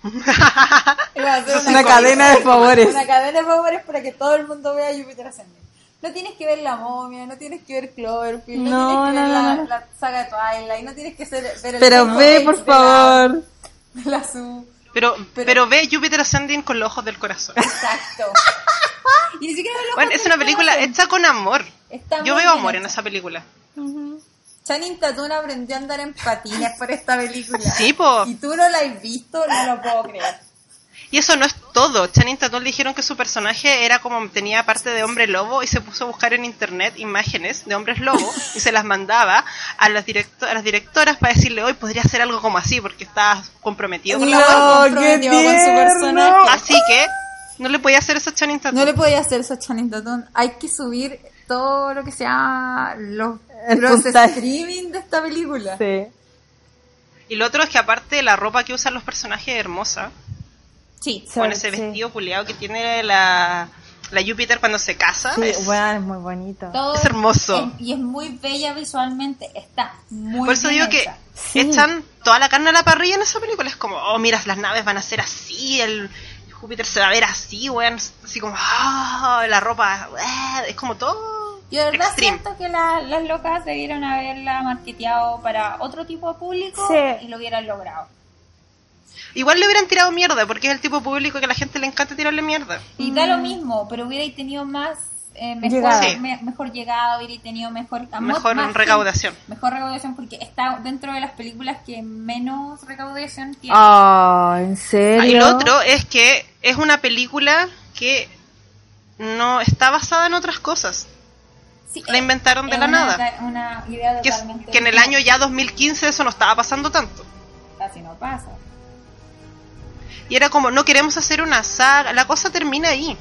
E: Y va a hacer
C: Eso
G: *laughs*
C: sí,
G: Una
C: con-
G: cadena de favores.
E: *laughs* Una cadena de favores para que todo el mundo vea Jupiter Ascending. No tienes que ver La Momia, no tienes que ver Cloverfield, no,
G: No,
E: tienes que
G: no,
E: ver la,
G: no, no.
E: la saga de Twilight, no tienes que ser, ver el
G: Pero
E: Fifth
G: ve,
E: Page
G: por
E: de la-
G: favor.
E: de La, Su.
C: Pero, pero ve Jupiter Ascending con los ojos del corazón.
G: *laughs*
E: Exacto. Y ni siquiera ver
C: Bueno, es una película hecha con amor.
E: Está
C: Yo
E: muy
C: veo
E: bien
C: amor en
E: hecha.
C: esa película.
E: Channing Tatum aprendió a andar en patines por esta película.
C: Sí, po.
E: Si tú no la has visto, no lo puedo creer.
C: Y eso no es todo. Channing Tatum le dijeron que su personaje era como tenía parte de hombre lobo y se puso a buscar en internet imágenes de hombres lobo y se las mandaba a las, directo- a las directoras para decirle, hoy podría hacer algo como así porque estás comprometido con la web".
G: No, qué
E: comprometido con su
G: tierno.
E: personaje.
C: Así que no le podía hacer eso a Channing Tatum.
E: No le podía hacer eso a Channing Tatum. Hay que subir todo lo que sea los,
G: El
E: los
G: puntaje.
E: streaming de esta película.
G: Sí.
C: Y lo otro es que aparte la ropa que usan los personajes es hermosa.
E: Sí.
C: con ese
G: sí.
C: vestido puleado que tiene la, la Júpiter cuando se casa.
G: Sí,
C: es-
G: bueno, es muy bonito.
E: Todo
C: Es hermoso.
E: es- y es muy bella visualmente. Está muy
C: Por eso
E: bien
C: digo que
E: hecha.
G: Sí.
C: echan toda la carne a la parrilla en esa película. Es como, oh, mira, las naves van a ser así, el Júpiter se va a ver así, weón. Así como, ah, la ropa, ah, es como todo.
E: Yo de verdad
C: extreme.
E: siento que la- las locas debieron haberla marketeado para otro tipo de público
G: Sí.
E: y lo hubieran logrado.
C: Igual le hubieran tirado mierda, porque es el tipo de público que a la gente le encanta tirarle mierda.
E: Y da lo mismo, pero hubiera tenido más, eh,
G: Mm. Llegada.
E: mejor,
C: Sí.
E: me- mejor llegado, hubiera tenido mejor, a mo-
C: Mejor
E: más-
C: recaudación.
E: Mejor recaudación porque está dentro de las películas que menos recaudación tiene.
G: Ah, ¿en
C: Ah, Y
G: serio?
C: lo otro es que es una película que no está basada en otras cosas.
E: Sí,
C: la
E: es-
C: inventaron de
E: es
C: la
E: una-
C: nada.
E: Una idea
C: que, es-
E: totalmente
C: que en el
E: original.
C: año ya 2015 eso no estaba pasando tanto.
E: Casi no pasa.
C: Y era como, no queremos hacer una saga, la cosa termina ahí.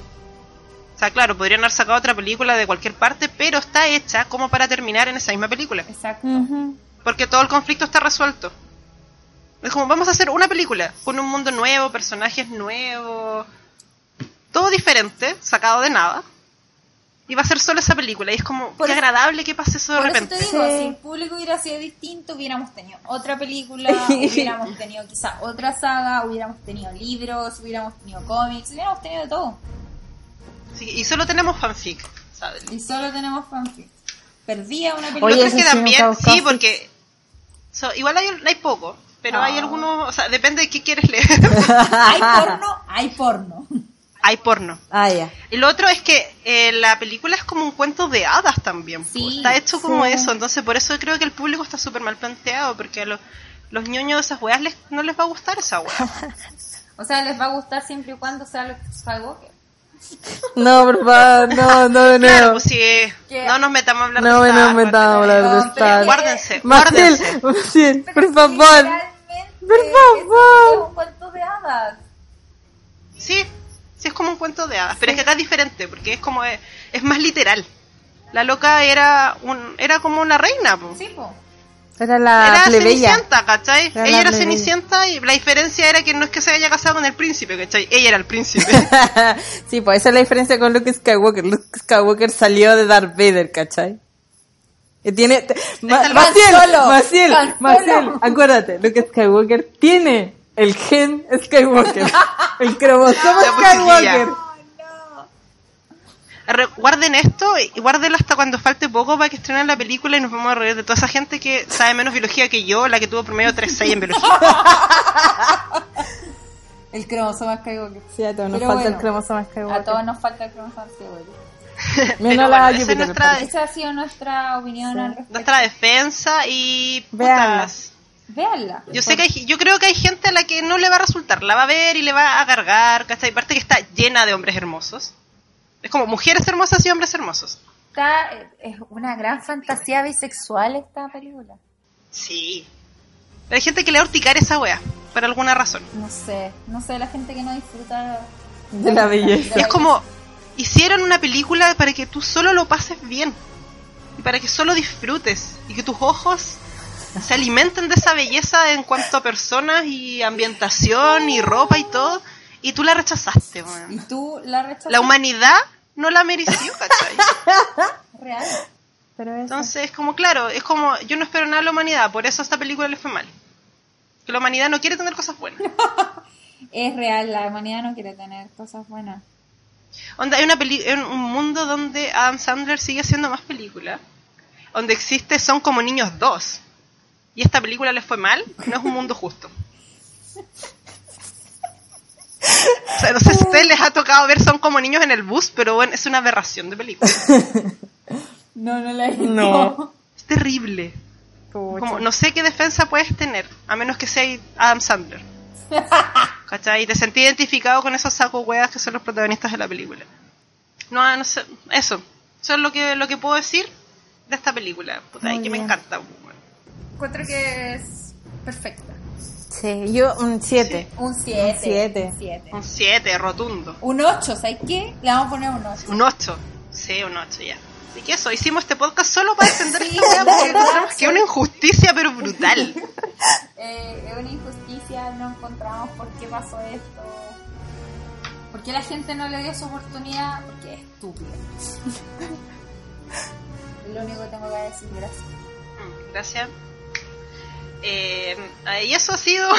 C: O sea, claro, podrían haber sacado otra película de cualquier parte, pero está hecha como para terminar en esa misma película.
E: Exacto.
G: Ujú.
C: Porque todo el conflicto está resuelto. Es como, vamos a hacer una película, con un mundo nuevo, personajes nuevos, todo diferente, sacado de nada. y va a ser solo esa película. Y es como,
E: Por
C: qué
E: eso-
C: agradable que pase eso de
E: Por eso
C: repente.
E: te digo,
G: Sí.
E: si el público hubiera sido distinto, hubiéramos tenido otra película, *laughs* hubiéramos tenido quizá otra saga, hubiéramos tenido libros, hubiéramos tenido cómics, hubiéramos tenido de todo.
C: Sí, y solo tenemos fanfic, ¿sabes?
E: Y solo tenemos fanfic. Perdía una película.
C: Lo
G: Oye,
C: otro es
G: eso
C: que
G: sí, nunca
C: también,
G: buscaba
C: sí, porque so, igual hay, hay poco, pero hay algunos, o sea, depende de qué quieres leer. *laughs*
E: Hay porno, hay porno.
C: hay porno.
G: Ah, ya.
C: Y lo otro es que eh, la película es como un cuento de hadas también. po.
E: Sí,
C: está hecho como eso, entonces por eso creo que el público está súper mal planteado, porque a los, los ñoños de esas weas les- no les va a gustar esa wea.
E: O sea, les va a gustar siempre y cuando sea lo que Skywalker.
G: No, por favor, no, *laughs* no de
C: claro,
G: nuevo.
C: pues sí,
E: ¿Qué?
C: no nos metamos a hablar
G: No, no
C: de Star Wars,
G: metamos a hablar de
E: No,
G: Star Wars.
C: Guárdense,
G: Marcel,
C: guárdense.
G: Marcel, por favor.
E: Realmente,
G: Por
E: es-
G: favor.
E: Es un cuento de hadas.
C: Sí, sí es como un cuento de hadas, pero es que acá es diferente, porque es como es, es más literal. La loca era un era como una reina, po.
E: Sí, po.
G: Era la
C: era
G: plebeya. *laughs*
C: Cenicienta, ¿cachai?
G: Era
C: ella
G: la
C: era
G: plebeya.
C: Cenicienta y la diferencia era que no es que se haya casado con el príncipe, ¿cachai? Ella era el príncipe.
G: *laughs* sí, pues esa es la diferencia con Luke Skywalker. Luke Skywalker salió de Darth Vader, ¿cachai? Que tiene... te- Ma-
C: el
G: Maciel,
E: Han Solo.
G: Maciel,
E: Han Solo.
G: Maciel, acuérdate, Luke Skywalker tiene el gen
C: *laughs*
G: Skywalker. el cromosoma
C: Ya, pues,
G: Skywalker.
C: Re- guarden esto y guárdenlo hasta cuando falte poco para que estrenen la película y nos vamos a reír de toda esa gente que sabe menos biología que yo, la que tuvo promedio 3.6
G: *laughs*
C: en biología.
E: El cromosoma Skywalker.
G: Sí, a todos nos
E: Pero
G: falta
E: bueno,
G: el cromosoma
E: A todos
G: Skywalker.
E: nos falta el cromosoma Skywalker.
G: Menos
C: Pero
G: la
C: bueno, esa es
G: Jupiter,
C: nuestra-
G: parece.
E: Esa ha sido nuestra opinión al respecto.
C: Nuestra defensa y...
G: Veanla.
C: putas,
E: Véanla.
C: Yo sé que hay, yo creo que hay gente a la que no le va a resultar, la va a ver y le va a cargar, ¿cachai? Parte que está llena de hombres hermosos. Es como mujeres hermosas y hombres hermosos.
E: Está, eh, es una gran fantasía bisexual esta película.
C: Sí. Pero hay gente que le va a urticar esa wea, por alguna razón.
E: No sé, no sé, la gente que no disfruta
G: De la belleza.
C: Y es como, hicieron una película para que tú solo lo pases bien. Y para que solo disfrutes. Y que tus ojos se alimenten de esa belleza en cuanto a personas y ambientación y ropa y todo. Y tú la rechazaste,
E: Y
C: weón.
E: tú la rechazas.
C: La humanidad no la mereció, ¿cachai?
E: real.
G: Pero eso.
C: Entonces, es como, claro, es como, yo no espero nada de la humanidad, por eso a esta película le fue mal. Que la humanidad no quiere tener cosas buenas.
E: Es real, la humanidad no quiere tener cosas buenas.
C: Onda, hay una peli en un mundo donde Adam Sandler sigue haciendo más películas. Donde existe Son como niños dos. Y esta película les fue mal, no es un mundo justo. O sea, no sé si a ustedes les ha tocado ver Son como niños en el bus, pero bueno, es una aberración de película.
E: No, no la he
G: No.
C: Es terrible. Como, no sé qué defensa puedes tener, a menos que sea Adam Sandler. ¿Cachai? Y te sentí identificado con esos sacos hueas que son los protagonistas de la película. No, no sé, eso. Eso es lo que, lo que puedo decir de esta película. Puta, y que me encanta. bueno.
E: Encuentro que es perfecta.
G: Sí, yo un 7.
E: Un 7.
G: Un
E: *laughs*
G: siete.
C: Un 7, rotundo.
E: Un 8, ¿sabes qué? Le vamos a poner un 8.
C: Un 8. Sí, un 8 ya. Así que eso, hicimos este podcast solo para defender
E: Sí,
C: esta hueá porque
E: ¿verdad?
C: encontramos que es una injusticia pero brutal.
E: Eh, es una injusticia, no encontramos por qué pasó esto. ¿Por qué la gente no le dio su oportunidad? Porque es estúpido. *laughs* Es Lo único que tengo que decir, gracias.
C: Mm, Gracias. Eh, y eso ha sido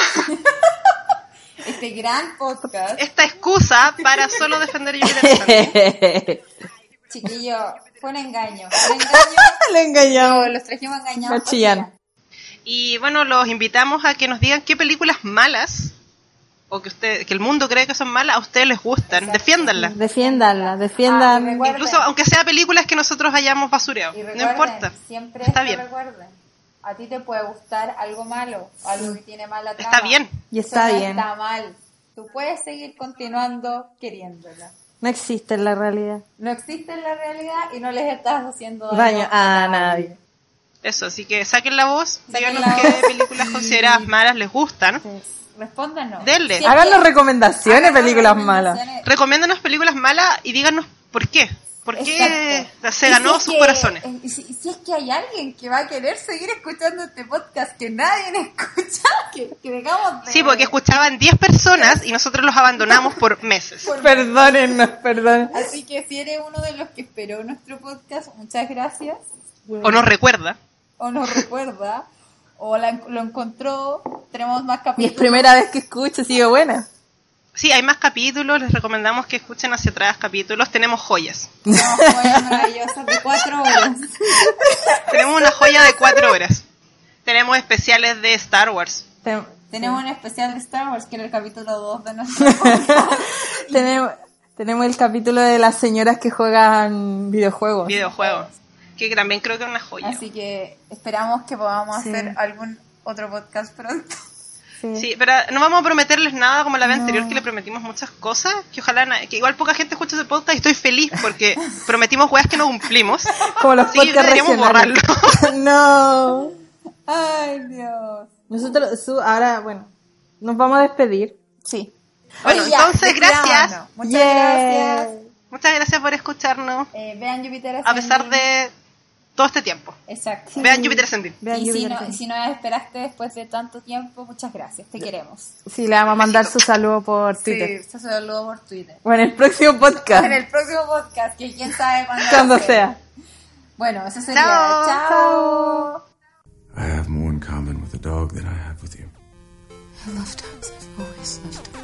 C: *laughs*
E: Este gran podcast,
C: esta excusa para solo defender a Jupiter
G: *laughs*
C: Ascending.
E: chiquillo, fue un engaño. Fue un engaño.
G: Le engañamos.
E: Los trajimos engañados. Ah,
G: Lo chillan.
C: Y bueno, los invitamos a que nos digan qué películas malas o que usted, que el mundo cree que son malas, a ustedes les gustan. Defiéndanlas.
G: Defiéndanla,
E: Ah,
G: defiendan.
E: y recuerden-
C: Incluso aunque sea películas que nosotros hayamos basureado.
E: Y
C: No
E: recuerden,
C: importa.
E: siempre
C: Está
E: esto
C: bien.
E: recuerden. A ti te puede gustar algo malo, algo que tiene mala trama.
C: Está bien.
G: Y
E: Eso
G: está
E: no
G: bien.
E: Está mal. Tú puedes seguir continuando queriéndola.
G: No existe en la realidad.
E: No existe en la realidad y no les estás haciendo
G: Daño
E: daño.
G: a nadie.
C: Eso, así que saquen la voz,
E: Saquen
C: díganos
E: la
C: qué
E: voz.
C: películas consideradas malas les gustan.
E: Respóndanos.
C: Denle.
E: Si es que-
G: Háganos recomendaciones,
E: háganos
G: películas malas.
E: recomendaciones.
C: Recomiéndanos películas malas y díganos por qué. ¿Por qué
E: Exacto.
C: la
E: Y
C: se
E: si
C: ganó
E: es
C: sus
E: que-
C: corazones?
E: eh, y Si, si es que hay alguien que va a querer seguir escuchando este podcast que nadie *laughs* escucha, que, que dejamos de...
C: Sí, porque escuchaban 10 personas y nosotros los abandonamos por meses.
G: Perdónennos, perdón.
E: Así que si eres uno de los que esperó nuestro podcast, muchas gracias.
C: O nos recuerda.
E: O nos recuerda, o la en- lo encontró. Tenemos más
G: Y es
E: capítulos.
G: primera vez que escucho, sigue buena.
C: Sí, hay más capítulos, les recomendamos que escuchen hacia atrás capítulos. Tenemos joyas.
E: Tenemos joyas maravillosas de
G: *laughs*
E: cuatro horas.
C: Tenemos una joya de 4 horas. Tenemos especiales de Star Wars.
G: Ten-
E: Tenemos un especial de Star Wars, que era el capítulo 2
G: *laughs*
E: de nuestro podcast.
G: *laughs* tenemos, tenemos el capítulo de las señoras que juegan videojuegos.
C: videojuegos. Que también creo que es una joya.
G: Ah,
E: Así que esperamos que podamos
G: Sí.
E: hacer algún otro podcast
G: *laughs*
E: pronto.
G: Sí.
C: Sí, pero no vamos a prometerles nada como la vez anterior que le prometimos muchas cosas, que ojalá na- que igual poca gente escuche ese podcast y estoy feliz porque prometimos weas que no cumplimos.
G: Como los
C: Sí,
G: podcasts
C: deberíamos
G: regionales. *laughs*
E: *laughs*
G: no.
E: Ay, Dios.
G: Nosotros, su- ahora, bueno, nos vamos a despedir.
E: Sí.
C: Bueno, entonces gracias.
E: Muchas
G: Yeah.
E: gracias.
C: Muchas gracias por escucharnos
E: Eh, vean Júpiter
C: a pesar de todo este tiempo.
E: Exacto.
C: Vean Júpiter ascendente.
G: Vean,
E: y
G: yo
E: si,
G: voy a
E: no,
G: hacer-
E: si no esperaste después de tanto tiempo, muchas gracias. Te queremos.
G: Sí, le vamos a mandar su saludo por Twitter.
E: Sí, se saludo por Twitter.
G: O en el próximo podcast.
E: En el próximo podcast, que quién sabe cuándo. va a
G: Cuando
E: ser.
G: sea.
E: Bueno, eso sería.
C: Chao.
E: Chao.
I: I have more in common with the dog than I have with you.
J: I loved her. I've always loved her.